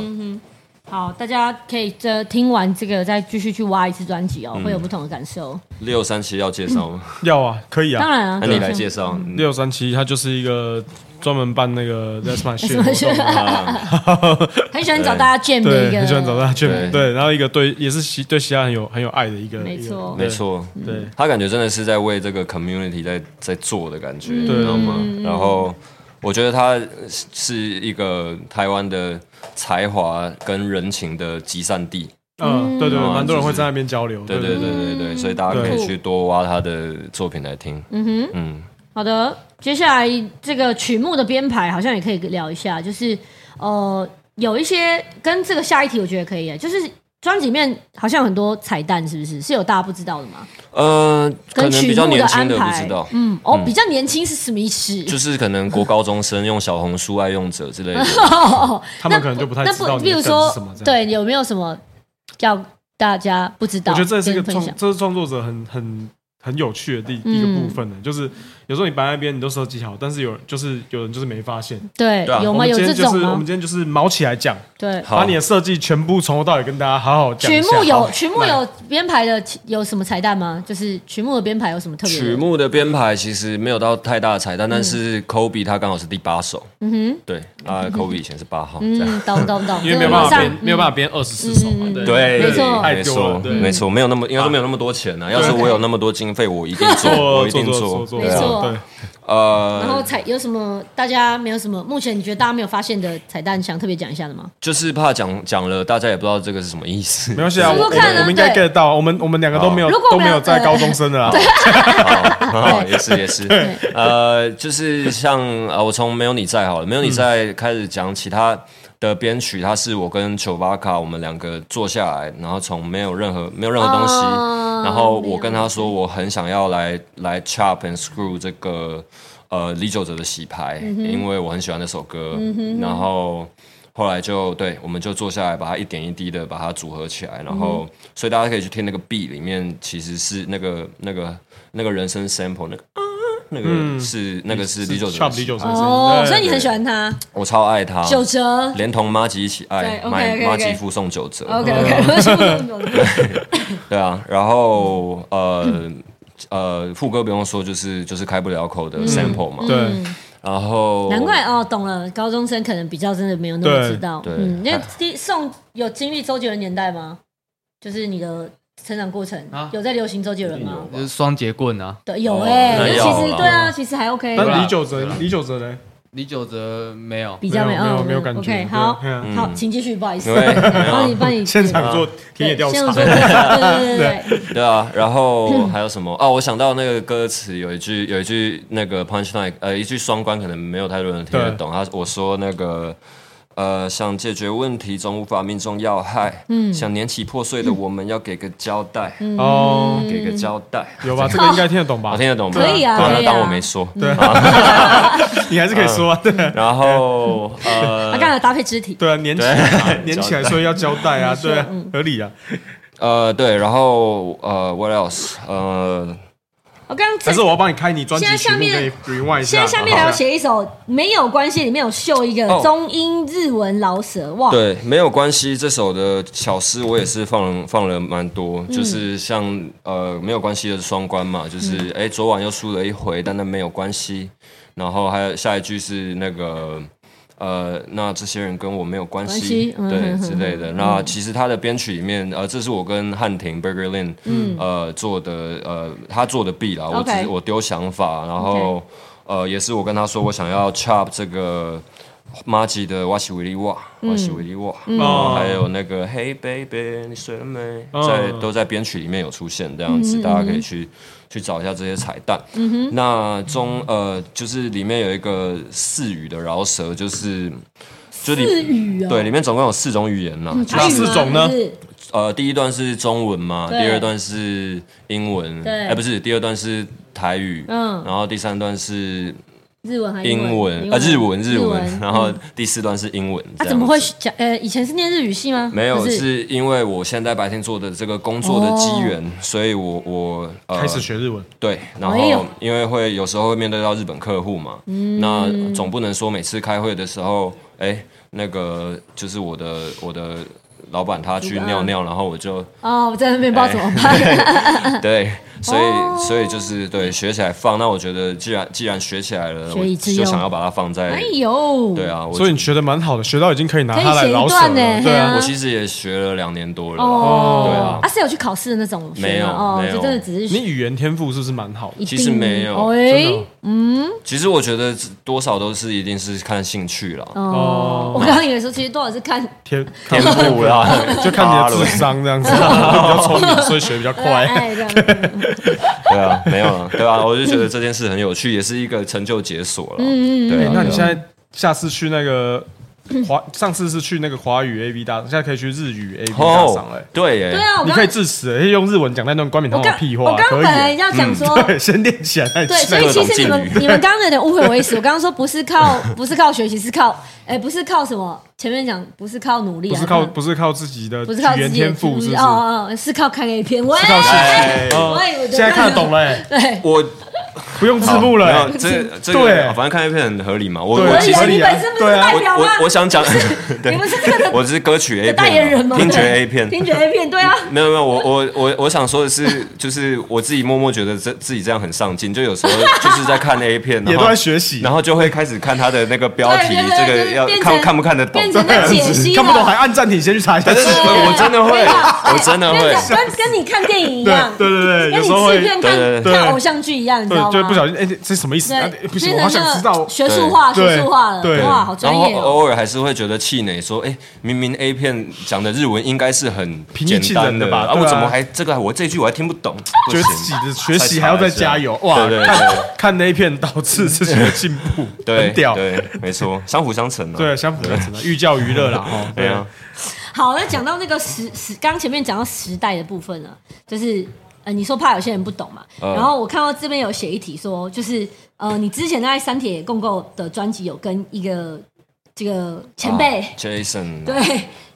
好，大家可以这听完这个再继续去挖一次专辑哦，会有不同的感受。
六三七要介绍吗？
要啊，可以啊。
当然啊，
那你来介绍。嗯
六三七，它就是一个专门办那个 That's My Shit 活动的，啊
很喜欢找大家 jam 的
*laughs* 对，
一个，
很喜欢找大家
对
去对，然后一个对也是西对西安很有很有爱的一个，
没错
一个
没，错，
对对，
他感觉真的是在为这个 community 在在做的感
嗯
觉，你知道吗？然后我觉得他是是一个台湾的才华跟人情的集散地，
嗯，对对，
嗯
蛮多人会
就是
在那边交流，
对对对对
嗯
对，所以大家可以
对
去多挖他的作品来听。嗯哼，嗯，
好的，接下来这个曲目的编排好像也可以聊一下，就是呃，有一些跟这个下一题我觉得可以耶，就是专辑里面好像有很多彩蛋，是不是？是有大家不知道的吗？
呃，可
跟
能
曲
比较
目
年轻
安
的不
排， *laughs*
知道。
嗯，哦，比较年轻是什么意思？
*laughs*
*laughs*
就是可能国高中生用小红书爱用者之类的，
他们可能就不太
那
知
不，
道你
比
的
如
梗
说
是什么，这样。
对，有没有什么要大家不知道？
我觉得这是一个
跟分
创
享，，嗯
这是创作者很很很有趣的第第一个部分的，就是有时候你摆在那边，你都设计好，但是有人就是有人就是没发现。
对
对啊，
有
我
吗？
们
有
今
这
天就
种
是我们
吗？
今天就是毛起来讲，
对，
好
把你的设计全部从头到尾跟大家好好讲
曲
一下。
目有
好
曲目有编排的有什么彩蛋吗？就是曲目的编排有什么特别的？
曲目的编排其实没有到太大的彩蛋，但是
嗯
Kobe 他刚好是第八首，嗯哼，对，啊，Kobe 以前是八号，这样。
嗯，懂懂懂，
*laughs* 因为没有办法编，没有办法编二十四首嘛，
嗯
对
对，
没错
太
没
多
错
了，对
没错，没有那么，应该说没有那么多钱呢、啊。要是我有那么多经费，我一定做，
*laughs* 做
我一定
哦做做做，
嗯没
对啊
错
对，
然后
呃，
彩有什么大家没有什么，目前你觉得大家没有发现的彩蛋，想特别讲一下的吗？
就是怕讲讲了，大家也不知道这个是什么意思。
没关系啊，
试过
我我
看啊
们我们应该
对
get 到，我们我们两个都没有
如果我
都
们
没有
两
在
个
高中生 *laughs* 的啊，
*laughs*
*laughs*
好，也是也是，呃，就是像呃，我从没有你在好了，没有你
嗯
在开始讲其他的编曲，它是我跟丘巴卡我们两个坐下来，然后从没有任何没有任何东西，
哦
然后我跟他说我很想要来来 chop and screw 这个呃李玖哲的洗牌，
嗯
因为我很喜欢那首歌，然后。后来就对，我们就坐下来，把它一点一滴的把它组合起来，然
嗯
后、所以大家可以去听那个 B 里面，其实是那个那个那个人声 sample 那个啊，那
嗯
个是、那个是李玖哲的
Chop 李
戏，
玖哲的声音
哦，
对
所以你很喜欢他
我超爱他，
九折
连同妈吉一起爱
对，
买
OK，OK，OK
妈吉附送九折
，OK OK，我是不懂懂懂
对啊，然后呃呃副歌不用说，就是就是开不了口的 sample 嘛，
对，
嗯
然后
难怪哦，懂了，高中生可能比较真的没有那么
对
知道，
对
嗯，因为第宋有经历周杰伦年代吗？就是你的成长过程
啊
有在流行周杰伦吗？
就是双节棍啊，
对，有哎，
那
那
要
其实
啦
对啊，其实还 OK，
但
对
是
啊
李玖哲李玖哲呢？
李玖哲没有，
比较
没有没有
哦
没有感觉
OK，
对
好
对啊，
好，请继续，不好意 *laughs* 思，
对没有
帮你帮你
现场做田野调
先
查
做，对对对对对，
对啊，然后还有什么？哦，我想到那个歌词有一句，有一句那个 punchline，呃，一句双关，可能没有太多人听得懂。他我说那个。呃，想解决问题总无法命中要害，嗯，想年起破碎的我们要给个交代，
嗯
哦，
给个交代，
有吧？这个应该听得懂吧
我？听得懂吗？
可以啊
对
可以啊
当我没说。对，
你还是可以说啊，对
然后
*laughs*
呃
他刚才有搭配肢体，
对啊，粘起来嘛，粘起来，所以要交代
*laughs*
啊，对啊，
嗯
合理啊。
呃对，然后呃 what else？呃，
我刚刚
还是我要帮你开你专辑
现在
曲
下
目可
面
以 rewind 一下。
现在下面还有写一首没有关系，里面有秀一个
哦
中英日文老舍，哇，
对，没有关系。这首的巧思我也是放放了蛮
嗯
多，就是像呃没有关系的双关嘛，就是哎、诶昨晚又输了一回，但那没有关系。然后还有下一句是那个呃，那这些人跟我没有关
关
系
系，嗯
对、
哼
之类的。那其实他的编曲里面，呃，这是我跟汉庭 Burger Lin 呃做的呃他做的 B 啦，我只
嗯 OK
我丢想法，然后。呃，也是我跟他说，我想要 chop 这个马吉的哇西维利哇，
嗯
哇西维利哇，然后还有那个 Hey baby，你睡了没？在都在编曲里面有出现这样
嗯
子，大家可以去去找一下这些彩蛋。那中呃，就是里面有一个四语的饶舌，就是就里
日语哦，嗯
对，里面总共有四种语言呢。
台语吗
那四种呢？
还是
呃，第一段是中文嘛，第
对
二段是英文，
对
哎，不是，第二段是台语，
嗯
然后第三段是
日文还是
英文，啊，日文，日文，然后第四段是英文。
他
这样
怎么会
子
讲？呃，以前是念日语系吗？
没有，
还
是因为我现在白天做的这个工作的机缘，所以我我、呃、
开始学日文，
对，然
哦哎
后
呦嗯
因为会有时候会面对到日本客户嘛，那总不能说每次开会的时候，哎，那个就是我的我的老板他去尿尿，然后我就 *laughs*
哦，我在那边不知道怎么办。
哎对，所以、
哦
所以就是对学起来放。那我觉得既然既然学起来了，
学
我
以致
就
用
想要把它放
*laughs*
在、
哎呦，
对啊，我
所以你学的蛮好的，学到已经可以拿它来
可以写一
饶舌
段
了，
呢
对啊
嘿啊
我其实也学了两年多了啦。
哦，
对啊
是有去考试的那种学吗
没有
哦
没，有
就真的只是
你语言天赋是不是蛮好的？
一
其实
定
没有
哦
真
哎
的哦，
其实我觉得多少都是一定是看兴趣啦，
哦，我刚刚以为说其实多少是看
天
天赋啦，
*laughs* 就看你的智商这
*laughs*
样子，比较聪明，所以学比
*laughs*
较快。
爱这样子，
对啊，没有了，对啊，我就觉得这件事很有趣，也是一个成就解锁了。嗯嗯，对
对
啊，
那你
对
现
啊
在下次去那个华，上次是去那个华语 A B 大，现在可以去日语 A B 大赏
哦
了。，
对耶，
对啊，我
你
刚
可以致死，可以用日文讲那段冠冕堂
我
皇
刚
的屁
我
话，
刚
可
本来
以。嗯
要讲说。
*laughs* 对，先练起来。
对，所以其实你们
*laughs* 那种
你们刚刚有点误会我
*laughs*
意思。我刚刚说不是靠不是靠学习，是靠哎不是靠什么？前面讲不是靠努力啊，
不是靠不是靠自己的
不是靠
语
自
言
己的
天赋，是不是？
哦哦，哦是靠看 A 片。喂，
是靠兴
哎
趣。哦
喂我
现在看得懂了，哎
对，
我
不用字幕了。
没有
哎
这个这
对
个，反正看 A 片很合理嘛。我
对
我
可
其
以
实
啊，
合
你
理啊
本身不
对
是
啊
代表
我
吗？
我我想讲， *laughs* 对
你们是这个的
我是歌曲 A 片嘛
代言人吗？
听觉 A 片，
听觉 A 片，对啊，
没有没有，我我我我想说的是，就是我自己默默觉得这自己这样很上进，就有时候就是在看 A 片，
*laughs* 也
然
都
后
在学习
然后就会开始看他的那个标题，
对对对
这个
就是
要
变成
看看不看得懂
变。成在解析哦
看不懂还
了。
按暂停，先去查一下
但是
字幕。
我真的会，我真的会，
啊跟跟跟你看电影一
对
样，
对对对，
跟
有
你
时候会
吃片
对
看
对
对
看偶像剧一样，你知道吗？
对，就不小心哎，这这什么意思？啊
对，
不行，
变
我
成
好想知
那
道
个。学术化，
对
学术化
对
了，
对
哇，好专
然后
业哦。
偶尔还是会觉得气馁，说：“哎，明明 A 片讲的日文应该是很
平易
简
近
单
人的吧
啊，
对啊
我怎么还这个我这句我还听不懂？
*laughs*
不
觉得
行
自己的学习还要再加油
对
哇！
对对
看看那一片导致自己的进步，
对
很屌。
对，没错，相辅相成啊。
对，相辅相成的寓教于乐
*laughs*
啦，哦，
对啊，
好，那讲到那个时时，刚前面讲到时代的部分了，就是呃，你说怕有些人不懂嘛，
嗯
然后我看到这边有写一题说，就是呃，你之前在三铁共构的专辑有跟一个这个前辈，
啊
*laughs*
Jason，
对，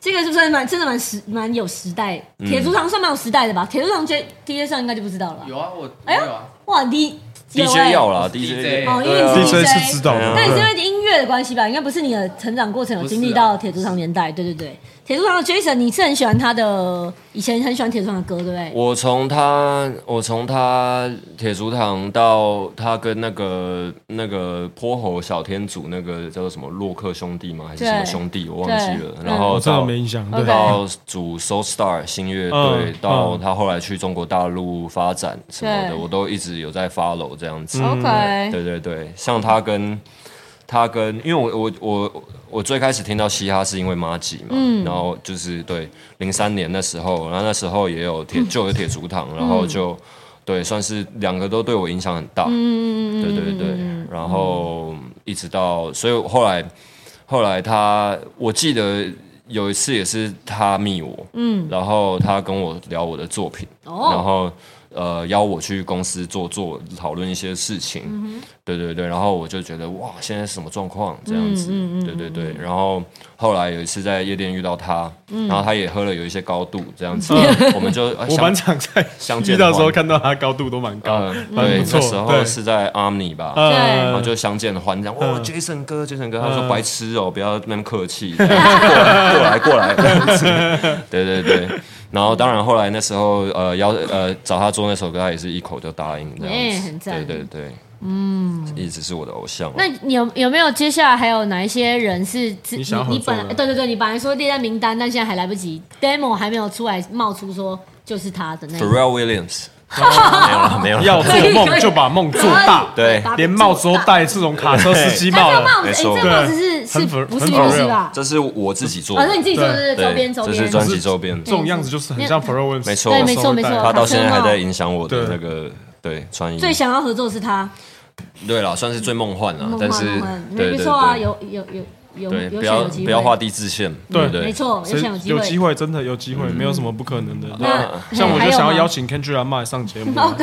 这个是不是蛮真的蛮时蛮有时代？
嗯
铁竹堂算蛮有时代的吧？铁竹堂 J D J 上应该就不知道了吧。
有啊，我我
哎呦
有啊，
哇，你有
DJ
欸
要啦
DJ
哦，因为
对啊
你是
DJ 是
DJ
知道的，
那你是因
对
为音乐的关系吧？应该不是你的成长过程有经历到铁竹堂年代，对对对。铁竹堂的 Jason，你是很喜欢他的，以前很喜欢铁竹堂的歌，对不对？
我从他，我从他铁竹堂到他跟那个那个泼猴小天主那个叫做什么洛克兄弟吗？还是什么
对
兄弟？我忘记了
对。
然后
我真
到
的没印象。
OK
对，
到组 Soul Star 新乐队
嗯，
到
嗯
他后来去中国大陆发展什么的，
对
我都一直有在 follow 这样子。
OK，
对对对，像他跟他跟，因为我我我我最开始听到嘻哈是因为马吉嘛，然后就是对零三年那时候，然后那时候也有铁就有铁竹堂，然后就、对算是两个都对我影响很大，嗯对对对，然后一直到所以我后来后来他我记得。有一次也是他密我，嗯，然后他跟我聊我的作品，然
哦，
后呃邀我去公司做做讨论一些事情，对对对，然后我就觉得哇，现在是什么状况这样子，对对对，然后后来有一次在夜店遇到他，然后他也喝了有一些高度这样子，我们就呃
*laughs* 我
想
蛮常在
相见
遇到的时候
欢
看到他高度都蛮高的，
呃
蛮
对
不
那时
错。
候
对，
是在 Omni 吧，然后
呃，
就相见欢这样，哇
嗯
，Jason 哥，Jason 哥，他说
嗯
白痴哦，不要那么客 *laughs* 气，过来啊过来，过来对对对。然后当然后来那时候呃邀呃找他做那首歌，他也是一口就答应这
哎
样
很
子，
赞
对对对，嗯，一直是我的
*laughs*
偶像。
那你有有没有接下来还有哪一些人是自
你想要合
你
作
本
的
来对对对，你本来说列在名单，但现在还来不及，demo 还没有出来冒出说就是他的那
p h a r r e l Williams 没有了没有
要
了，
做梦就把梦做大，
对
连帽子都
戴。
戴这种卡车司机帽
哎这个
了。
帽子，哎，
没
这
错
个帽子是是
很 for-
不是
很
BBC
for real
吧？
这是我自己做
哦，
的
那，你自己做的
对
周边
对，
周
这
边
是，专辑周边，
这种样子就是很像 Pharrell Williams，
没错
对，没错没
手
错，
戴
他到现在还
卡车
在
帽
影响我的
对
那个对穿衣。
最想要合作是他，
对啦，算是最梦幻啦，啊
梦
但
幻
是
梦幻，
对
没
对
错啊，
对。
有有有有
对，
有
不
选
要
有机
不
会
要画地自限，
对
不对
没？错，啊有
所以
选
有
机
机
会。
会，真的有机会，没有什么不可能的。
嗯
那
啊
对像我
还
就
有
想要
吗
邀请 Kendrick Lamar 来上节目。啊
OK，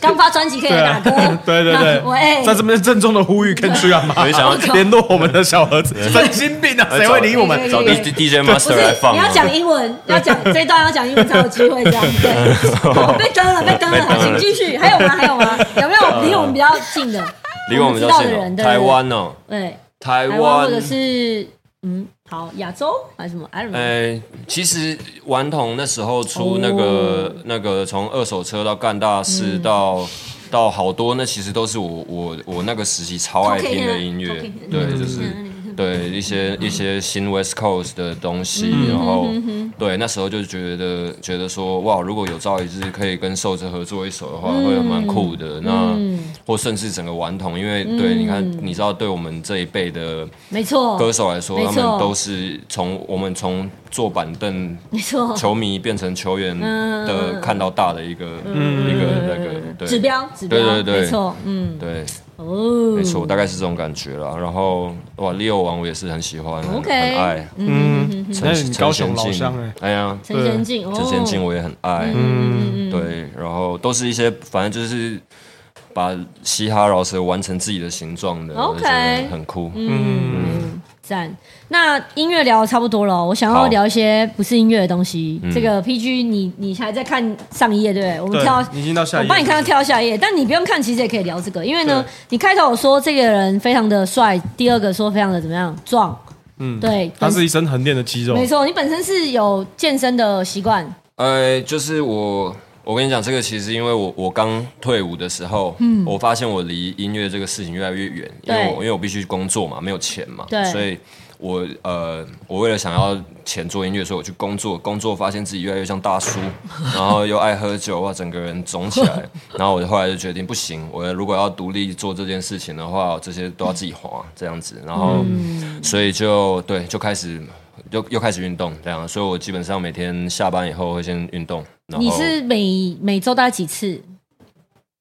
刚 *laughs* 发专辑可以
对
来打
啊
歌，
对对对，
喂，
在这边郑重的呼吁 Kendrick Lamar
我就想要嗯哎
联络我们的小盒子，神经病啊，谁会理我们？
对
找
对
D
对
D J
不
Master 来
是，
放
你
啊。
要讲英文，要讲这一段要讲英文才有机会这样。对，被登了，被登了，好，请继续。还有吗？还有吗？有没有离我们比较近的？
呃离我们比
知
较
道的
近
人，
哦，
对
台，湾哦，
对对台
台
湾
湾
或者是嗯，好，亚洲还是什么？I don't know。
呃，其实顽童那时候出那个、
哦
那个，从二手车到干大
嗯
事到、到好多，那其实都是我我我那个时期超爱听的音乐
OK，嗯
对，
嗯
就是
嗯嗯
对一些一些新 West Coast 的东西，然后对那时候就觉得觉得说哇，如果有朝一日可以跟寿者合作一首的话，
嗯
会蛮酷的。那或甚至整个顽童，因为
嗯
对，你看你知道，对我们这一辈的。
没错，
歌手来说，
没
他
错
们都是从我们从坐板凳
没错，
球迷变成球员
嗯
的看到大的一个一个那个对
指标，指标，
对对对
没错，嗯，
对，
哦，
没错，大概是这种感觉啦。然后哇，利友王我也是很喜欢，很
OK
很爱。
嗯，
陈
那你高雄老
陈贤进
乡哎，
哎呀，
陈贤进，哦
陈贤进我也很爱，
嗯，
对，然后都是一些反正就是把嘻哈饶舌完成自己的形状的
OK
我觉得很酷。
嗯，赞。那音乐聊的差不多了哦，我想要
好
聊一些不是音乐的东西。这个 PG，你你还在看上一页对不对？我们
对
跳，
你已经到下一
我
页
帮你看到
是不是
跳下一页，但你不用看，其实也可以聊这个，因为呢
对，
你开头有说这个人非常的帅，第二个说非常的怎么样壮，嗯，对，
他是一身横练的肌肉
没，错，你本身是有健身的习惯，
呃，就是我，我跟你讲，这个其实因为我我刚退伍的时候，嗯，我发现我离音乐这个事情越来越远，因为
对
我因为我必须工作嘛，没有钱嘛，
对
所以我呃，我为了想要钱做音乐，所以我去工作，工作发现自己越来越像大叔，然后又爱喝酒，哇，整个人肿
*laughs*
起来，然后我就后来就决定不行，我如果要独立做这件事情的话，这些都要自己花这样子，然
嗯
后。所以就对，就开始又又开始运动这样，所以我基本上每天下班以后会先运动，然后
你是每每周大概几次？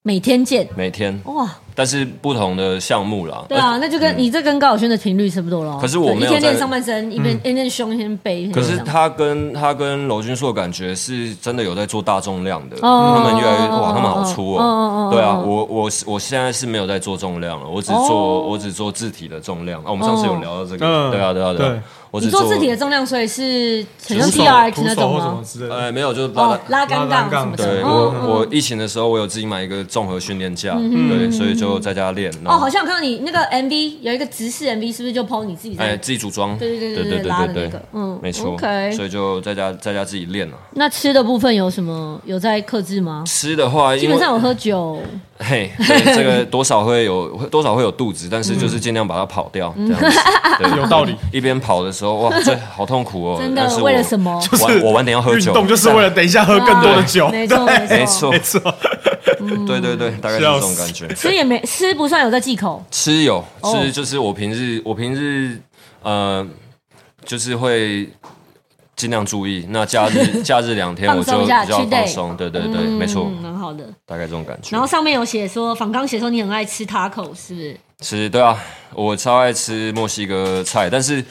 每天见，
每天，
哇，
但是不同的项目啦。
对啊，那就跟你这跟高晓轩的频率差不多了哦。
哎嗯可是我
对
没
一
有
天练
在嗯
上半身，一边一天胸，一天背，一天
可是
这样
他跟他跟娄君硕感觉是真的有在做大重量的，
哦
他们越来越
哦
哇，他们好
哦
粗
哦哦哦
哦。对啊，
哦
我我我现在是没有在做重量了，我只
哦
做我只做字体的重量啊。我们上次有聊到这
嗯
个，对啊对啊
对
啊，我
你
只
做字体的重量，所以是很像
徒手
T R X
徒
那
手
种
或什么
吗？
之类的。
呃没有就是拉
哦
拉，
拉杆杠
拉杆
什么
杠
的。
对
嗯
我
哦，
我疫情的时候，我有自己买一个综合训练架，对，所以就在家练。然
嗯哦，
后
好像我看到你那个 M V 有一个直视 M V，是不是就 PO 你自己
哎，
在？
自己组装，
对对对
对
对对拉的那
对
个嗯
没错
OK
所以就在家在家自己练了。
那吃的部分有什么有在克制吗？
吃的话，
基
因
本
为
上有喝酒，
嘿，
*laughs*
对这个多少会有会多少会有肚子，但是
嗯
就是尽量把它跑掉，这样
*laughs*
子。对
有道理。
一边跑的时候，哇，这好痛苦哦。
*laughs* 真
但是
的
我
为了什？么？
晚我晚点要喝
运
酒，哦
动就是为了等一下喝更多的酒，
没
*laughs*
错没错，
没错
没，错。
嗯
对对对，大概是这种感觉。
吃也没吃不算有在忌口，
吃有
哦
吃，就是我平日我平日呃，就是会尽量注意。那假
*laughs*
日假日两天
放
我就
松一
比
下
较
chill
放
day
松，对对对，没错，
嗯，蛮好的。
大概这种感觉
然后。上面有写说，仿刚写说你很爱吃 taco，是不是？
吃对啊，我超爱吃墨西哥菜，但是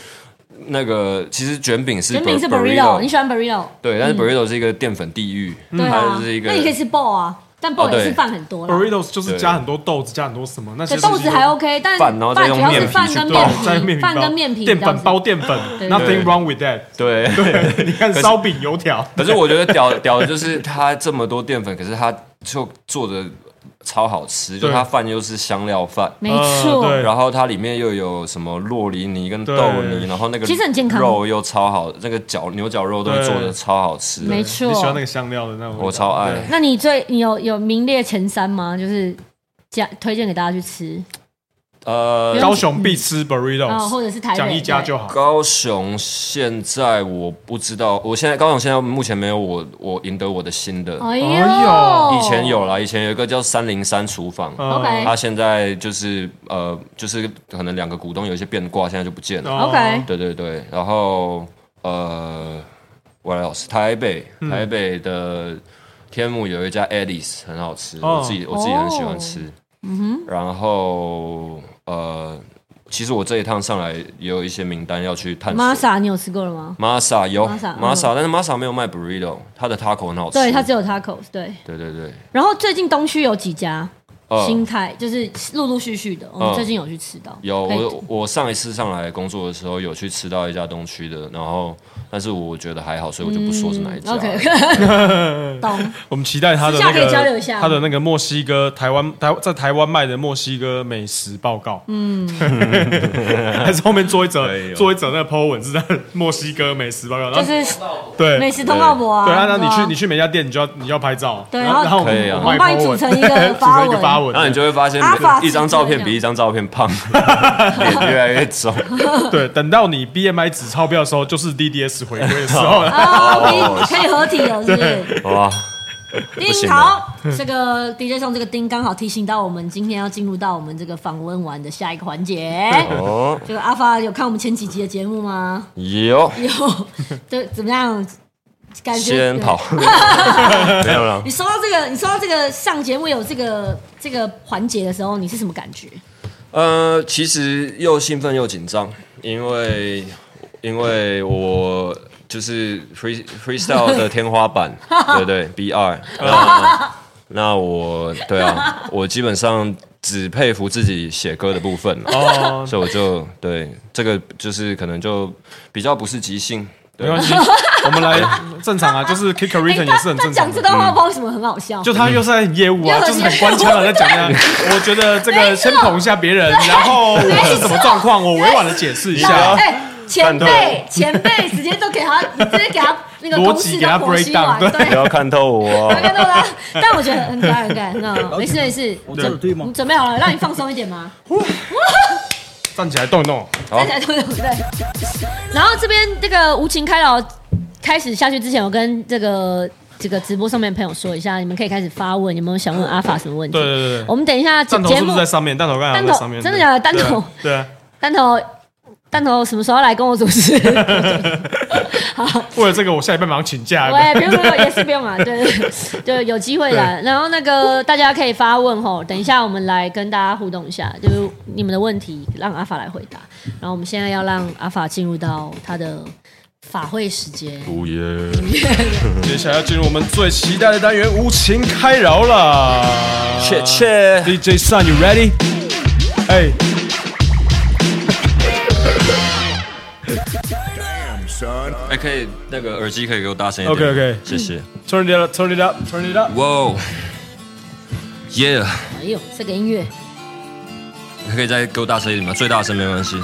那个其实卷饼是
卷饼是
bur-
burrito，你喜欢 burrito？
对，但是 burrito 是一个淀粉地狱，
对啊
它，是一个
那你可以吃 bowl 啊，但 bowl
哦
也是
对
饭很多啦。
Burritos 就是加很多豆子，加很多什么，那些
对，豆子还 OK，但
饭然后再
饭
用
主要是
面皮
饭
去
跟
包
面
啊在哦面
皮，
皮
饭
包
跟面皮这
淀
样子，
粉包淀粉
对
，Nothing wrong with that。
对。
对，你看烧饼、油条，
可是我觉得屌屌的就是它这么多淀粉，可是它就做的超好吃，就
对
它饭又是香料饭，
没
呃
错，
对
然后它里面又有什么洛梨泥跟豆泥，
对
然后那个
其实很健康
肉又超好，那个绞牛绞肉都
对
做的超好吃的，
没
你喜欢那
错。
个香料的那种味道，
我超爱
对
那你最你有有名列前三吗？就是加推荐给大家去吃
呃，
高
嗯
雄必吃 burritos，、
啊，或者是台北
哦讲一家就好。
高雄现在我不知道，我现在高雄现在目前没有我我赢得我的心的
对，哎
哎
呦，
以前有啦，以前有一个叫三零三厨房。
嗯
OK
他现在就是呃，就是可能两个股东有一些变卦，现在就不见了。
哦
OK
对对对，然后呃，我来老师，台北台北的天母有一家 Alice 很好吃，
哦
嗯
我自己我自己很喜欢
哦
吃。然后呃，其实我这一趟上来也有一些名单要去探索。
Masa 你有吃过了吗？
Masa 有
Masa，嗯
Masa，但是 Masa 没有卖 burrito，它的 taco 很好吃。
对，它只有 tacos。对，
对对对，
然后最近东区有几家
呃
新开，就是陆陆续续的，我们
嗯
最近有去吃到。
有
可以
我我上一次上来工作的时候有去吃到一家东区的，然后但是我觉得还好，所以我就不说是哪一家。
OK，懂。 *laughs*
*laughs* 我们期待他的
私下
那
可以交流
个
一下
他的那个墨西哥台湾台在台湾卖的墨西哥美食报告。嗯， *laughs* 还是后面做一则
可以哦
做一则那个 po 文是在墨西哥美食报告，
就
然后
是
啊对
美食通告博啊。
对，然后你去
啊
你去每家店，你就要你就要拍照，
对
然后
然
然
后
后我
可以啊
们
哎我
们
们
帮你
po 文
组成一个
组成一个
发
发
文
文， *laughs*
然后你就会发现
阿法，
一张照
是这
片
样
比一张照片
*laughs*
胖，脸越来越肿。
对，等到你 BMI 纸钞票的时候，就是 DDS 回归的时
*laughs*
候 *laughs* 了。
啊，可以可以合体了，是不是？
哇，
丁
行
啊 *laughs*
好，这个 DJ 送这个丁刚好提醒到我们，今天要进入到我们这个访问完的下一个环节。
哦，
这个阿发有看我们前几集的节目吗？
有
有，对，怎么样？感觉
先
*laughs*
跑，没有了
你。收到这个，你收到这个上节目有这个这个环节的时候，你是什么感觉？
呃，其实又兴奋又紧张，因为因为我就是 free freestyle 的天
*laughs*
花板，对不对？B 二，那那我对啊，我基本上只佩服自己写歌的部分了，
哦，
所以我就对这个就是可能就比较不是即兴，
没
对
关系，我们来正常啊，就是 kick a r i t o n 也是很
哎他
正
讲
常
这
的。嗯
段话，不知道为什么很好笑。
*laughs* 就他又是在业
*laughs*
务啊，
又很
就是很官腔的在讲啊。
*laughs*
我觉得这个先捧一下别人，然后我是什么状况，我委婉的解释一下。
哎，前辈
对
前辈直接都给
*laughs*
他，直接给他那个
逻
公
辑
式
给
都
他
剖析完，
breakdown，
对，
不要看透我
*laughs*
哦、
看到了。但我觉得很可爱，很可爱。那没事没事，
我这有对吗
你？准备好了，让你放松一点吗？
站起来动一动，
好
站起来对对对。然后这边这个无情开导开始下去之前，我跟这个这个直播上面的朋友说一下，你们可以开始发问，有没有想问阿法什么问题？
对对对对
我们等一下节
弹头是不
目
是在上面？弹头刚才在上面，
弹头真的假的弹
对
头
*laughs* 对啊，
弹头弹头什么时候来跟我主持？ *laughs* 好，
为了这个我下一班马上请假。
喂，不用不用，也是不用啊，对，对对，有机会啦。然后那个大家可以发问吼，等一下我们来跟大家互动一下，就是你们的问题让阿法来回答。然后我们现在要让阿法进入到他的法会时间。
午夜
接下来要进入我们最期待的单元——无情开饶啦！
切切，
DJ Sun, you ready? Hey.
哎，可以那个耳机可以给我大声一点
OK，OK
谢谢。
Turn it up, turn it up, turn it up.
哇哦，Yeah，
哎呦，这个音乐，
可以再给我大声一点吗？最大声没关系。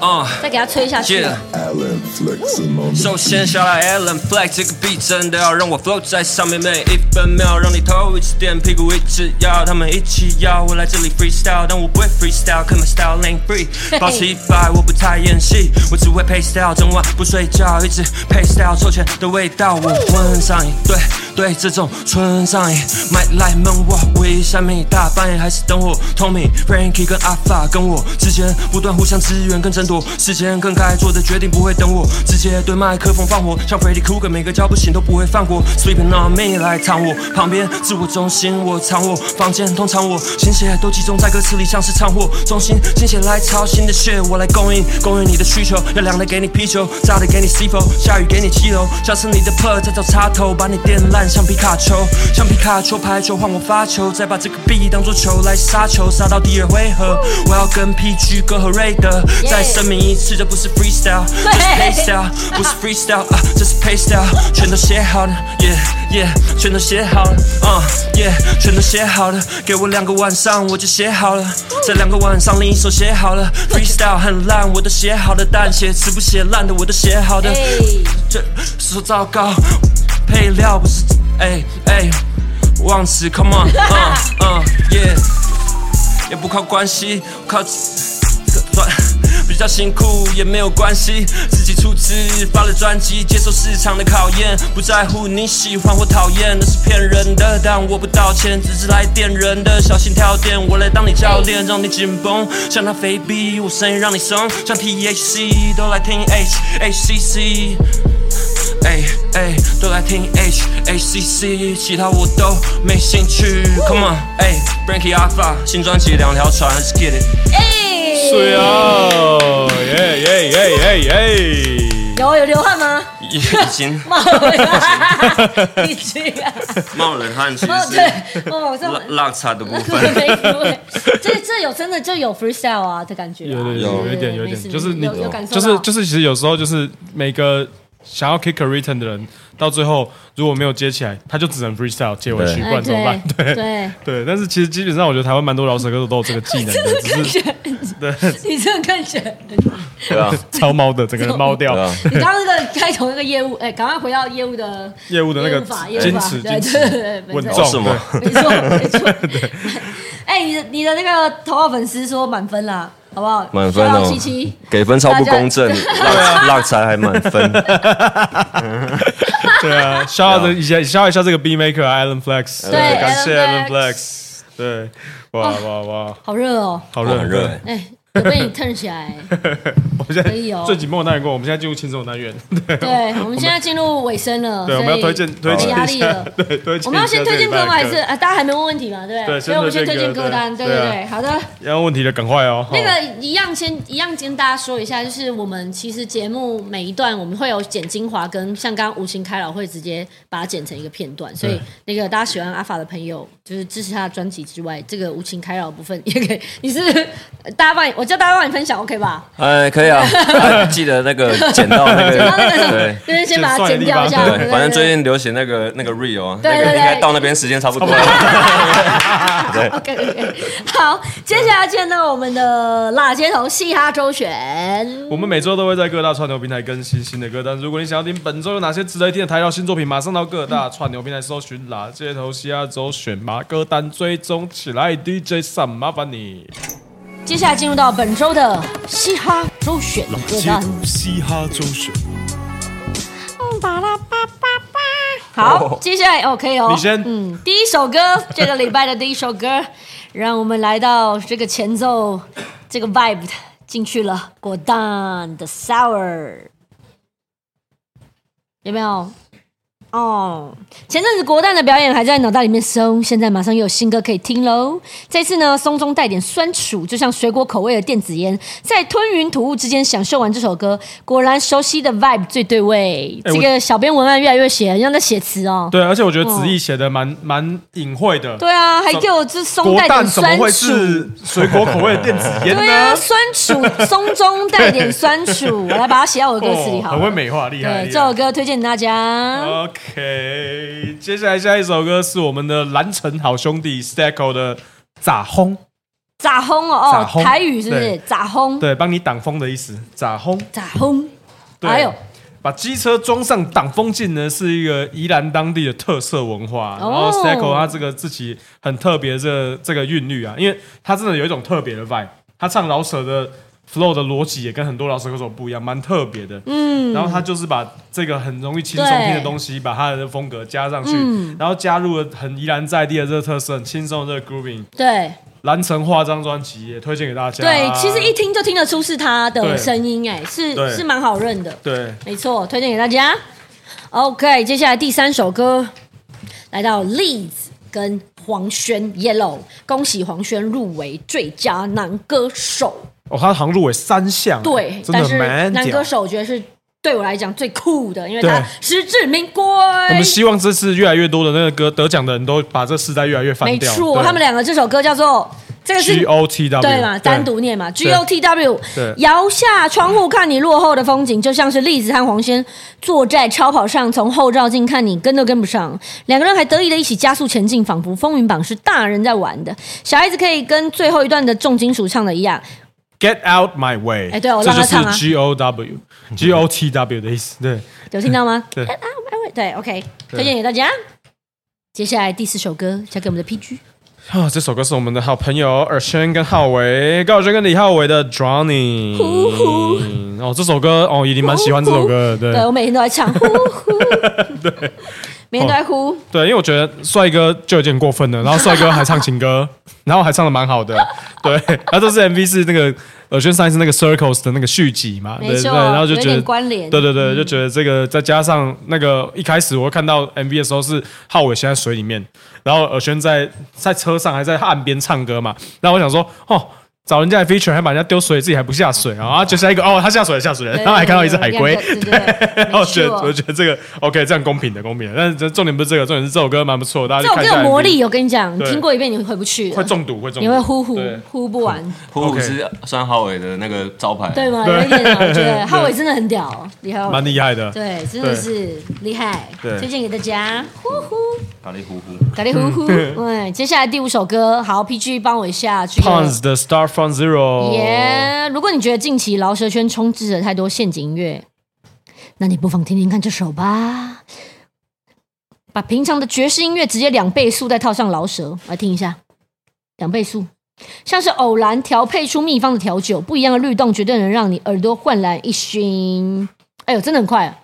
啊、
再给他吹下去
Yeah
了。
Alan flexing on the
首先下来 Alan Flag 这个 beat 真的要让我 float 在上面，每一分秒让你头一直电，屁股一直摇，他们一起摇，我来这里 freestyle，但我不会 freestyle，看 my style ain't free，保持一百，我不太演戏，我只会 pay style，整晚不睡觉，一直 pay style，臭钱的味道我闻上瘾，对对，这种纯上瘾，买来闷我为下面大半夜还是灯火通明，Frankie 跟阿发跟我之间不断互相支援跟争夺，时间更该做的决定不会等我，直接对麦克风放火，像 Freddy Krueger 每个叫不醒都不会放过，Sleeping on me 来躺我旁边，自我中心我藏我房间，通常我心血都集中在歌词里，像是唱货中心，心血来潮，新的血我来供应，供应你的需求，要凉的给你啤酒，炸的给你西风，下雨给你七楼，教室里的 plug 在找插头，把你电烂像皮卡丘，像皮卡丘排球换我发球，再把这个 B 当做球来杀球，杀到第二回合，我要跟 PG 哥和瑞德再声明一次，这不是 freestyle，这是 p a s t y l e 不是 freestyle，啊，这是 p a s t y l e 全都写好了，yeah yeah，全都写好了，啊 yeah，全都写好了，给我两个晚上我就写好了，这两个晚上另一首写好了，freestyle 很烂，我都写好了，但写词不写烂的我都写好的
哎，，
这说糟糕，配料不是，哎哎，忘词，come on，嗯 *laughs* 嗯，yeah，也不靠关系，靠赚。 *laughs* 比较辛苦也没有关系，自己出资发了专辑，接受市场的考验，不在乎你喜欢或讨厌，那是骗人的。但我不道歉，只是来电人的，小心跳电，我来当你教练，让你紧绷，像那肥逼，我声音让你松，像 THC 都来听 H HCC。哎哎，都来听 H H C C，其他我都没兴趣。Come on，哎，Frankie Alpha 新专辑两条船，Let's get it。
哎，
水哦，耶耶耶耶耶！
有有流汗吗？ *laughs*
已已经
冒汗，你去啊！
冒冷汗，其
哦，
实是
对，哦，这
落落差的部分。
没服哎这这有真的就有 freestyle 啊的感觉啊，
有有有有一点有一
没事
点，就是你
有有感受
就
到
是就是，其实有时候就是每个想要 kick a return 的人，到最后如果没有接起来，他就只能 freestyle 接回去，
对
不
哎
然怎么办？
对
对
对，
对，但是其实基本上我觉得台湾蛮多饶舌歌手都有这个
*laughs*
技能的，只是
你这个看起来，*laughs*
对啊，
超猫的，整个人猫掉
对啊
你刚刚那个开头那个业务，哎，赶快回到业务的
业务的那个
业务法业务
矜
法
持
对对对
矜持
对
稳
没
错
重，对
没错，没错。哎，你的你的那个头号粉丝说满分啦，好不好？
满分哦
七七，，
给分超不公正，
啊
落落差还满分。
*laughs*
对啊，笑的一下笑一下这个 B maker Alan Flex，
对
感谢
Alan 哦
Alan Flex，对，哇哇哇，
好热哦，
好
哇
热
很热欸，
哎，有被你 turn 起来。
我们现在
可以哦
最紧绷的单元过，我们现在进入轻松的单元，对
对，我们现在进入尾声了，
对，我
所以
们要推荐推
有
荐
压
一
力
下
了，。
对，推荐
*laughs* 我们要
一下
先推
这
荐
礼
歌
拜
吗？还
的
是啊，大家还没问问题嘛，对不
对
所以我们先推荐歌单，对
先推荐
对
歌
啊
对
对，好的。
有问题的赶快哦。
那个一样先一样跟大家说一下，就是我们其实节目每一段我们会有剪精华，跟像刚刚无情开朗会直接把它剪成一个片段，所以那个大家喜欢阿法的朋友，就是支持他的专辑之外，这个无情开朗的部分也可以，你是呃大家帮你，我叫大家帮你分享，OK 吧？ *laughs*
哎，可以啊，啊记得那个捡到那个，
然后那个
对。
就是先把它剪掉一下，
对，反正
对 *laughs*
最近流行那个那个 real 啊，
对
那
对
个应该
对
到那边时间差不多了。
OK OK，好，接下来见到我们的辣街头嘻哈周选，
我们每周都会在各大串流平台更新新的歌单。如果你想要听本周有哪些值得听的台料新作品，马上到各大串流平台搜寻“啦街头西亚周选拔歌单”，追踪起来。DJ Sam，麻烦你。
接下来进入到本周的嘻哈周选歌单，
嘻哈周旋，
嗯巴拉巴巴巴。好，接下来哦可以哦，
你先
嗯，第一首歌，这个礼拜的第一首歌，让我们来到这个前奏，这个 vibe 的进去了，果断的 sour，有没有？哦，前阵子国蛋的表演还在脑袋里面松，现在马上又有新歌可以听喽。这次呢，松中带点酸楚，就像水果口味的电子烟，在吞云吐雾之间享受完这首歌，果然熟悉的 vibe 最对味。
哎
这
我
个小编文案越来越写，像在写词哦。
对，而且我觉得子毅写的蛮蛮隐晦的。
对啊，还给我这松
国
带
蛋
点
怎么
酸
会
楚。
是水果口味的电子烟
对啊，
呢？
酸楚松中带点酸
*laughs*
楚，我来把它写到我的歌词里好
哦很
了。
会哦美化，厉害。
对，
厉
这
害
首歌推荐大家。
OK，接下来下一首歌是我们的蓝城好兄弟 Stacko 的《咋轰》，
咋轰
咋
哦哦，
轰
台语是不是
对？
咋轰？
对，帮你挡风的意思。咋轰？
咋轰？
对
哎呦，
把机车装上挡风镜呢，是一个宜兰当地的特色文化。然
哦
后 Stacko 他这个自己很特别的这个这个韵律啊，因为他真的有一种特别的 vibe，他唱饶舌的 flow 的逻辑也跟很多饶舌歌手不一样，蛮特别的。嗯，然后他就是把这个很容易轻松听的东西，把他的风格加上去，
嗯
然后加入了很宜兰在地的这个特色，很轻松的这个 grooving。
对
蓝城化妆专辑也推荐给大家。
对，其实一听就听得出是他的
对
声音，哎，是
啊对
是蛮好认的。
对
没错，推荐给大家。OK，接下来第三首歌来到 Leeds 跟黄轩 Yellow，恭喜黄轩入围最佳男歌手。
哦，他好像入围三项，
对，
真
但
的
是
蛮
男
屌
歌手我觉得是对我来讲最酷的，因为他
对
实至名归。
我们希望这次越来越多的那个歌得奖的人都把这世代越来越翻
没
掉。
错，
对
他们两个这首歌叫做这个是
G O T W
对嘛，单独念嘛，G
对
O T W，
对
摇下窗户看你落后的风景，就像是栗子和黄轩坐在超跑上，从后照镜看你跟都跟不上。两个人还得意的一起加速前进，仿佛风云榜是大人在玩的，小孩子可以跟最后一段的重金属唱的一样。
Get Out My Way，
哎对我
这
让他
就是
唱啊
G
*laughs*
O W G O T W 的意思。对，
有听到吗？
*laughs* 对
啊，对，OK，推荐给大家。接下来第四首歌交给我们的 PG，
啊，这首歌是我们的好朋友尔轩跟浩维，高尔轩跟李浩维的 Drowning。
呼呼
哦，这首歌哦，已经蛮喜欢这首歌的。对
对我每天都在唱，呼
*laughs*
呼，每天都在呼。
对，因为我觉得帅哥就有点过分了，然后帅哥还唱情歌，然后还唱的蛮好的，对，然后这次 MV 是那个呃，就上一次那个 Circles 的那个续集嘛，对
没
对，
错
然后就
有
觉得
点关联嗯
对对对，就觉得这个再加上那个一开始我看到 MV 的时候是浩伟先在水里面，然后尔轩在在车上还在岸边唱歌嘛，然后我想说哦。找人家的 feature，还把人家丢水，自己还不下水啊，然后就下一个哦，他下水了，下水了，然后还看到一只海龟，
对对对对
*laughs* 然后我觉
没
得
错
哦我觉得这个 OK，这样公平的，公平的。但是这重点不是这个，重点是这首歌蛮不错，大家
这
去
首
看
歌
一下
有
MV
魔力，我跟你讲，你
对
听过一遍你会回不去了，
会中毒，会中毒，
你会呼呼
对
呼不完，
呼呼
OK
是酸浩伟的那个招牌，
对吗？有一点啊，我觉得浩伟真的很屌，厉害，
蛮厉害的。
对，真的是厉害，
对嗯
推荐给大家，呼呼，
咖喱呼呼。
咖喱
*laughs*
呼呼。对，接下来第五首歌，好，PG 帮我一下，这个
Pons 的 Star from Zero，
耶如果你觉得近期饶舌圈充斥着太多陷阱音乐，那你不妨听听看这首吧。把平常的爵士音乐直接两倍速再套上饶舌，来听一下，两倍速，像是偶然调配出秘方的调酒，不一样的律动绝对能让你耳朵焕然一新。哎呦，真的很快、啊，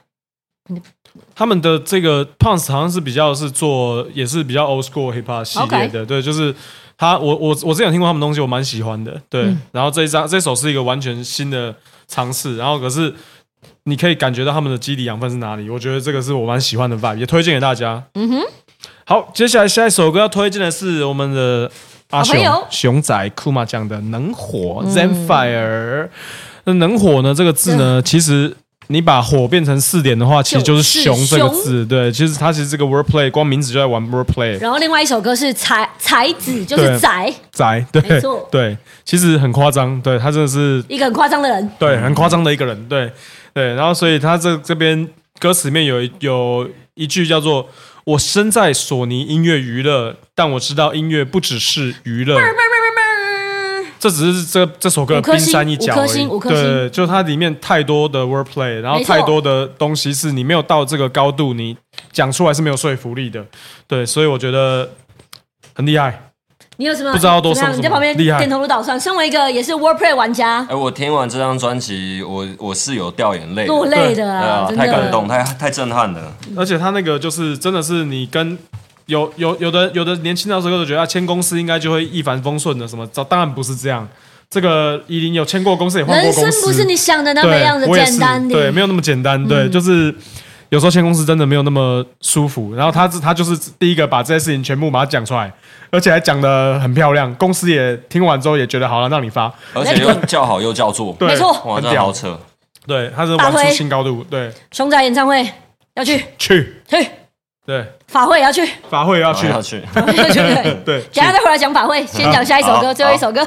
他们的这个 Pons 好像是比较是做，也是比较 old school hip hop 系列的对，就是他，我我我之前有听过他们东西，我蛮喜欢的，对。
嗯
然后这一张这首是一个完全新的尝试，然后可是你可以感觉到他们的基底养分是哪里，我觉得这个是我蛮喜欢的 vibe，也推荐给大家。嗯哼。好，接下来下一首歌要推荐的是我们的阿
好朋
雄
友嗯
熊仔库玛讲的《能火》Zenfire。那能火呢这个字呢，其实你把火变成四点的话，其实就
就
是
是
“熊”这个
熊
字。对，其实它其实这个 wordplay，光名字就在玩 wordplay。
然后另外一首歌是才才子，就是
对
宅，
宅，对
没错，
*laughs* 对，其实很夸张。对他真的是
一个很夸张的人，
对，很夸张的一个人，对对。然后，所以他这这边歌词里面有一有一句叫做“我身在索尼音乐娱乐，但我知道音乐不只是娱乐”。这只是这这首歌
五
的
颗
冰
星
山一角
五颗
而已
星五，颗星
对，就它里面太多的 wordplay，然后
没错
太多的东西是你没有到这个高度，你讲出来是没有说服力的，对，所以我觉得很厉害，
你有什么
不知道多
怎么样你
送什么
在旁边
厉害
点头如捣蒜。身为一个也是 WordPress 玩家，
哎，我听完这张专辑，我我是有掉眼泪的，
落泪的
对
啊，
啊，
真的
太感动，太太震撼了。
嗯
而且他那个就是真的是你跟有有有的有的年轻的时候就觉得啊，签公司应该就会一帆风顺的什么，当然不是这样。这个依林有签过公司，也换过
人生
公司，
不是你想的那么
对，
样的
我也是
简单的，嗯
对，没有那么简单，对，就是有时候签公司真的没有那么舒服。然后他他就是第一个把这些事情全部把它讲出来，而且还讲的很漂亮，公司也听完之后也觉得好了，让你发，
而且又叫好又叫座，
对
没错
哇，
很
真的好
屌，
扯。
对，他是
大
玩出
推
新高度，对，
熊仔演唱会要去，
去，
去
对，
法会也
*laughs*
要去，
法会要去，
要去，
要去对。
对，
等一下再回来讲
*laughs*
法会，先讲下一首
好
歌，
好
最后一首歌，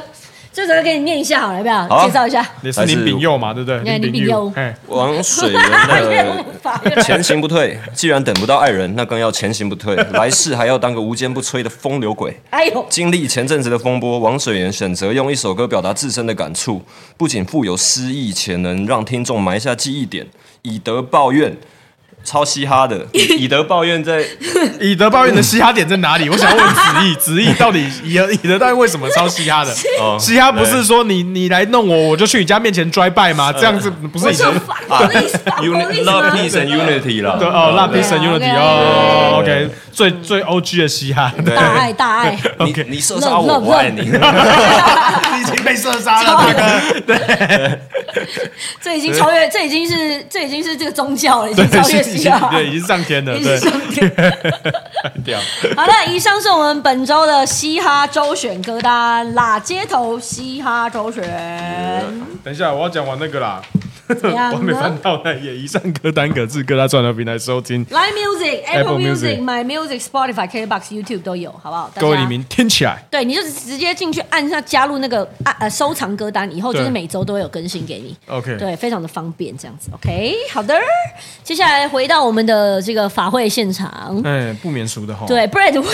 这首歌给你念一下好了，要不
好
要
啊
介绍一下？
也是林炳佑嘛，对不对？
对林炳
炳
佑
哎，
王水源的
法会
前行不退，既然等不到爱人，那更要前行
*laughs*
不退，来世还要当个无坚不摧的风流鬼。
*laughs* 哎呦，
经历前阵子的风波，王水源选择用一首歌表达自身的感触，不仅富有诗意，且能让听众埋下记忆点，以德
*laughs*
报怨。超嘻哈的，以以德报怨在
以德报怨的嘻哈点在哪里？我想问子毅，子毅到底以德以德报怨为什么超嘻哈的？
*laughs* 哦
嘻哈不是说你你来弄我，我就去你家面前 dry by
呃
吗？这样子不是
我
以
就
德
法会，啊
啊
法
*laughs* uni-
会
love peace and unity 啦。
对哦，蜡笔神
OK，
unity 哦，OK，最最 OG 的嘻哈，对，
大爱大爱，
你你射杀
Love,
我，
love,
我爱你。
已经被射杀了，大哥，
这已经超越，这已经是这已经是这个宗教了，已经超越
已
西
经
了。
对已经上
*laughs*
天了，
一起
对，
上天。 *laughs* 好了，以上是我们本周的嘻哈周选歌单，啦，街头嘻哈周选，
等一下，我要讲完那个啦，
怎么
*laughs* 我还
样
没翻
呢
到那页，以上歌单各自各大串流平台收听，
？Line Music、Apple
Apple
Music、
Music
My Music、Spotify、KBox、YouTube 都有，好不好？大家
各位李。明听起来，
对，你就直接进去按下加入那个按呃收藏歌单，以后就是
对
每周都会有更新给你。
OK
对，非常的方便这样子。OK，好的。接下来回到我们的这个法会现场，
哎，不免俗的哈，
对，Brad 问，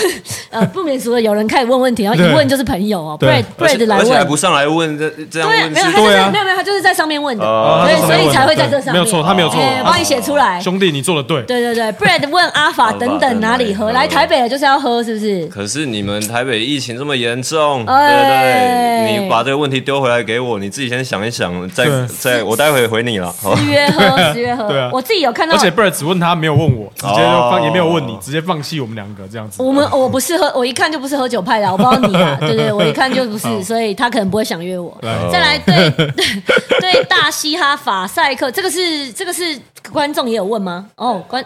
呃，不免俗的有人开始问问题，然后一
对
问就是朋友哦。
对
Brad
而且
Brad 来
而且还
问，
不上来问这这样
对啊，
问
没有，他
是
就是、
对啊
没有没有，他就是在上面问的，
哦
他
对，
是
所以才会在
对哦
这上面。
没有错，他没有错，
哎
他
帮你写出来。
兄弟，你做的对，
对对对，Brad 问阿法
好吧
等等哪里喝，
等等
来台北了就是要喝，是不是？
可是你们台北疫情这么严重，
哎
对不对？你把这个问题丢回来给我，你自己先想一想，再
对
再我待会回你了。好吧
十月喝，十月喝。
*laughs* 对啊
我自己有看到
而，且 Bird 只问他，没有问我，直接就放，
哦
也没有问你，直接放弃我们两个这样子。
我们我不是喝，我一看就不是喝酒派的，我不知道你
*laughs*
啊，对对，我一看就不是，所以他可能不会想约我。再来
*laughs*
对对大嘻哈法赛克，这个是这个是观众也有问吗？哦，观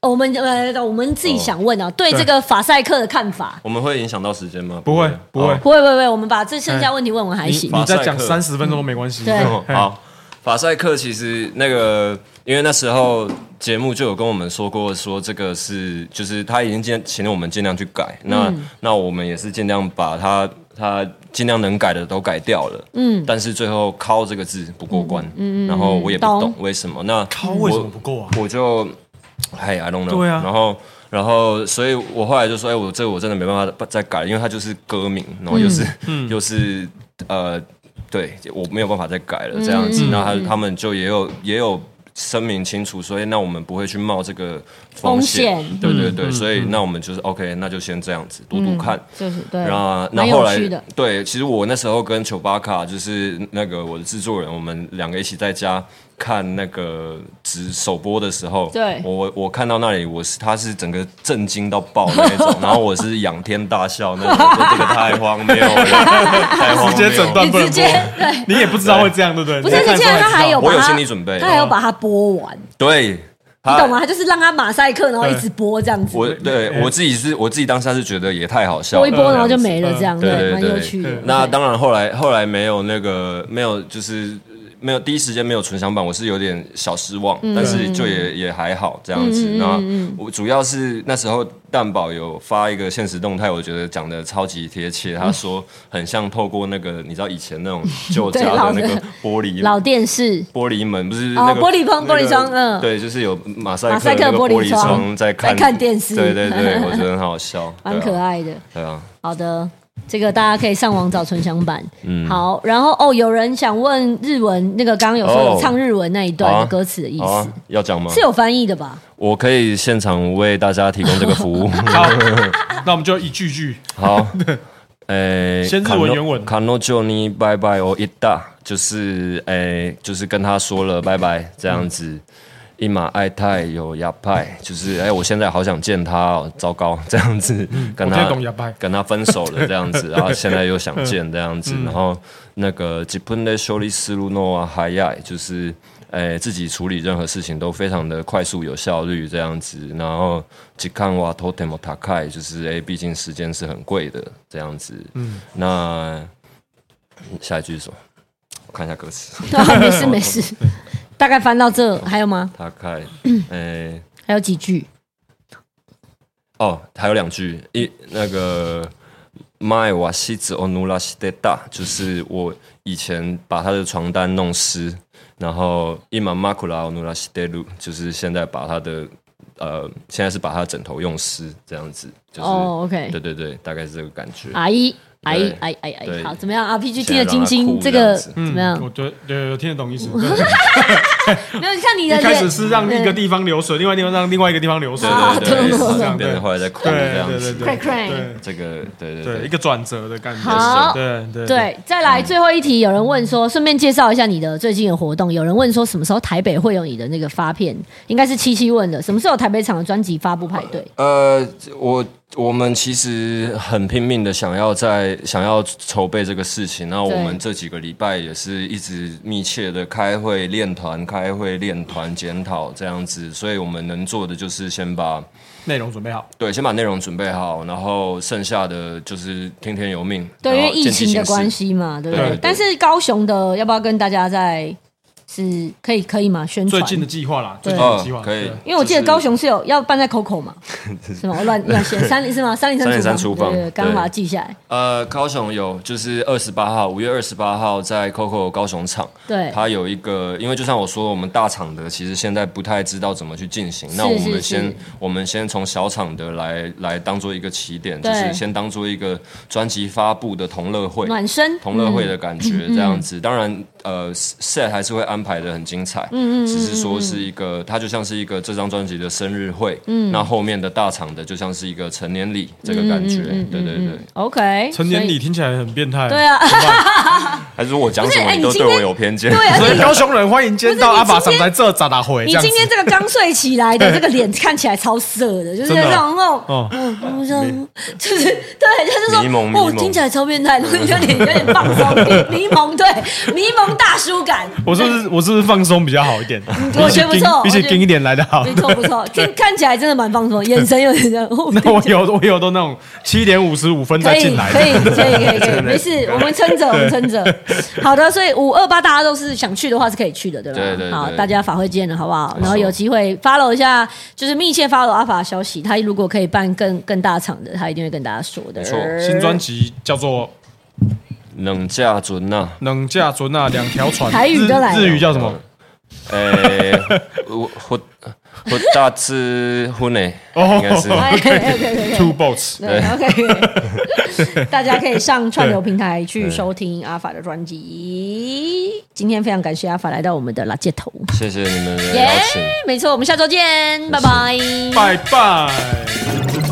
我们呃，我们自己想
哦
问啊，对
对
这个法赛克的看法。
我们会影响到时间吗？
不会不会
哦
不会不会不会，我们把这剩下问题问完还
你
行。
你再讲
哎法赛克
三十分钟都没关系。
对
哦
*laughs*
好，法赛克其实那个，因为那时候节目就有跟我们说过，说这个是就是他已经尽请我们尽量去改，那、那我们也是尽量把他他尽量能改的都改掉了，嗯，但是最后“敲”这个字不过关，嗯，然后我也不
懂
懂为什么，那
靠，为什么不够啊？
我就，哎，I don't know。
对啊
然后，然后，所以我后来就说，哎，我这个我真的没办法再改了，因为它就是歌名，然后又是、
嗯
*laughs* 又是呃，对我没有办法再改了这样
嗯
子。然后他他们就也有也有。声明清楚，所以那我们不会去冒这个风险，
风险
对对
嗯
对，所以那我们就是 OK，那就先这样子读读看，
就是对
然后，啊那
蛮
后
有
来
趣的。
对，其实我那时候跟丘巴卡就是那个我的制作人，我们两个一起在家看那个直首播的时候，
对
我我看到那里，我是他是整个震惊到爆那
*laughs*
一种，然后我是仰天大笑那种，说这个太荒谬了，太荒
直
谬
接诊
了。
断不
哦
能
你直接
播，你也不知道会这样，对不对？
不是，
你
而
看
且
出来
他还有把
我有
它
心理准备
他还有把它播完，
对，
你
他
懂吗？他就是让他马赛克，然后一直播这样子，
我对我自己是我自己当下是觉得也太好笑了，
播一播然后就没了，这样
对
对，
对
蛮有趣的
对。。那当然，后来后来没有那个没有，就是呃没有第一时间没有纯享版，我是有点小失望，
嗯
但是就也也还好这样子。那、我主要是那时候蛋宝有发一个现实动态，我觉得讲的超级贴切。
*laughs*
他说很像透过那个你知道以前那种旧家
对老
的
的
那个玻璃
老电视，
玻璃门不是
哦
那个
玻璃窗
那个
玻璃窗嗯
对，就是有马赛
马赛
克
克
那个
玻璃
玻璃
窗
窗在看
在看电视
对
*laughs*
对对，我觉得很好笑，
蛮可爱的。
对啊，对啊。
好的，这个大家可以上网找纯享版。
嗯
好，然后哦，有人想问日文，那个刚刚有说
哦
有唱日文那一
好
段
啊
的歌词的意
好啊
思，，
要讲吗？
是有翻译的
*laughs*
吧？
我可以现场为大家提供这个
*laughs*
服务。
好，那我们就一句句，
好，诶，
先日文原文
卡诺就你拜拜哦，一大就是诶，就是跟他说了拜拜这样
嗯
子。一马爱泰有亚派，就是哎，我现在好想见他哦，糟糕，这样子跟
嗯我
他
听得懂亚派
跟他分手了这样子，然后现在又想见这样子，然后那个吉本的修理思路诺啊海亚就是。哎，自己处理任何事情都非常的快速有效率这样子，然后吉看哇 totem t a k 就是哎，毕竟时间是很贵的这样子。嗯，那下一句是什么？我看一下歌词。 *coughs*
对啊，没事没事。大概翻到这还有吗？
塔开，哎，
还有几句？
哦，还有两句，一那个麦瓦西子欧努拉西德大，就是我以前把他的床单弄湿，然后伊玛马库拉欧努拉西德鲁，就是现在把他的呃，现在是把他的枕头用湿，这样子，就是、
哦，OK
对对对，大概是这个感觉。
阿姨，阿姨
对，
阿姨，阿姨，阿姨，
对
好，怎么样？RPG 听
现在
得
让他
晶晶，
哭
这
这
个
样子
嗯
怎么样？
我觉得有有听
*laughs*
得懂意思。
没有，你看你的
一开
脸
始，是让一个地方流水，另外地方让另外一个地方流水，
啊
对对
对
对，
对
是
这
这样
样
变
对
成后来在哭这样
对
子
对。对
快快
对
这个对对
对，一
对，
个转折的感觉。
好
对对
对，再来最后一题，有人问说，顺便介绍一下你的最近的活动。有人问说，什么时候台北会有你的那个发片？应该是七七问的，什么时候台北场的专辑发布派对？
呃，我我们其实很拼命的想要在想要筹备这个事情，然后
对
我们这几个礼拜也是一直密切的开会练团，开会练团检讨这样子，所以我们能做的就是先把
内容准备好。
对先把内容准备好，然后剩下的就是听天由命，
对，因
然
为
后
疫
见机
情的
行事
关。系嘛，对不
对
对
对对？
但是高雄的，要不要跟大家在是可以可以吗？宣
最
传？
近的计划啦，最
对
近
哦
的计划
可以
对
因为我记得
就是
高雄是有要办在 COCO 嘛，是吗？我乱乱写，三零是吗？三零
303
厨
厨房
对对，对刚刚
对
把它记下来。
呃，高雄有，就是二十八号，五月二十八号在 COCO 高雄场，
对，
它有一个，因为就像我说，我们大厂的其实现在不太知道怎么去进行。那我
是
们
是
先我们先从小厂的来来当做一个起点，
对
就是先当做一个专辑发布的同乐会。
暖身嗯
同乐会的感觉这样子，当然，呃，set 还是会安排的很精彩，
嗯
只是说是一个，它就像是一个这张专辑的生日会，
嗯
那后面的大厂的就像是一个成年礼这个感
嗯
觉，对对对，
OK，
成年
所以
礼听起来很变态。
对啊，
还是我讲什
不
么
是哎
你都
你今
对
天
我有偏见，
对啊，
所以
你
高雄人欢迎今天到
不是
阿
你今
爸
天
上来这咋打回？
*laughs* 你
这样
今
子
天这个刚睡起来的这个脸看起来超色的，就是
真的
那种那种
哦，
嗯，嗯就是对，就是说
啊迷蒙迷
哦，
蒙
听起来超变态，然后有点有点放松，迷迷蒙对，迷蒙方大叔感，
我是不是我是不是放松比较好一点？
我觉得不错我
比
觉
起
得
跟一点来的好。
没错不错，这看起来真的蛮放松，眼神有点这样。哦
那我有我有都那种七点五十五分
可以，
再
可
进
以，
来
可
的，
以，可以，可以，可以，没事，我们撑着，我们撑着。好的，所以五二八大家都是想去的话是可以去的，对吧？
对对对
好，大家法会见了，好不好？然后有机会 follow 一下，就是密切 follow 阿法的消息。他如果可以办更更大场的，他一定会跟大家说的。
没错
新专辑叫做《
冷架准呐、
冷架准啊两条船》，
台语
日
都来了
日语叫什么？
诶，呃我我我大致婚内，
哦
应该是
哎，OK OK
Two
OK。
boats，
对，OK，大家可以上串流平台去收听阿法的专辑。今天非常感谢阿法来到我们的拉街头，
谢谢你们的
耶
邀请。，
没错，我们下周见，拜拜，
拜拜。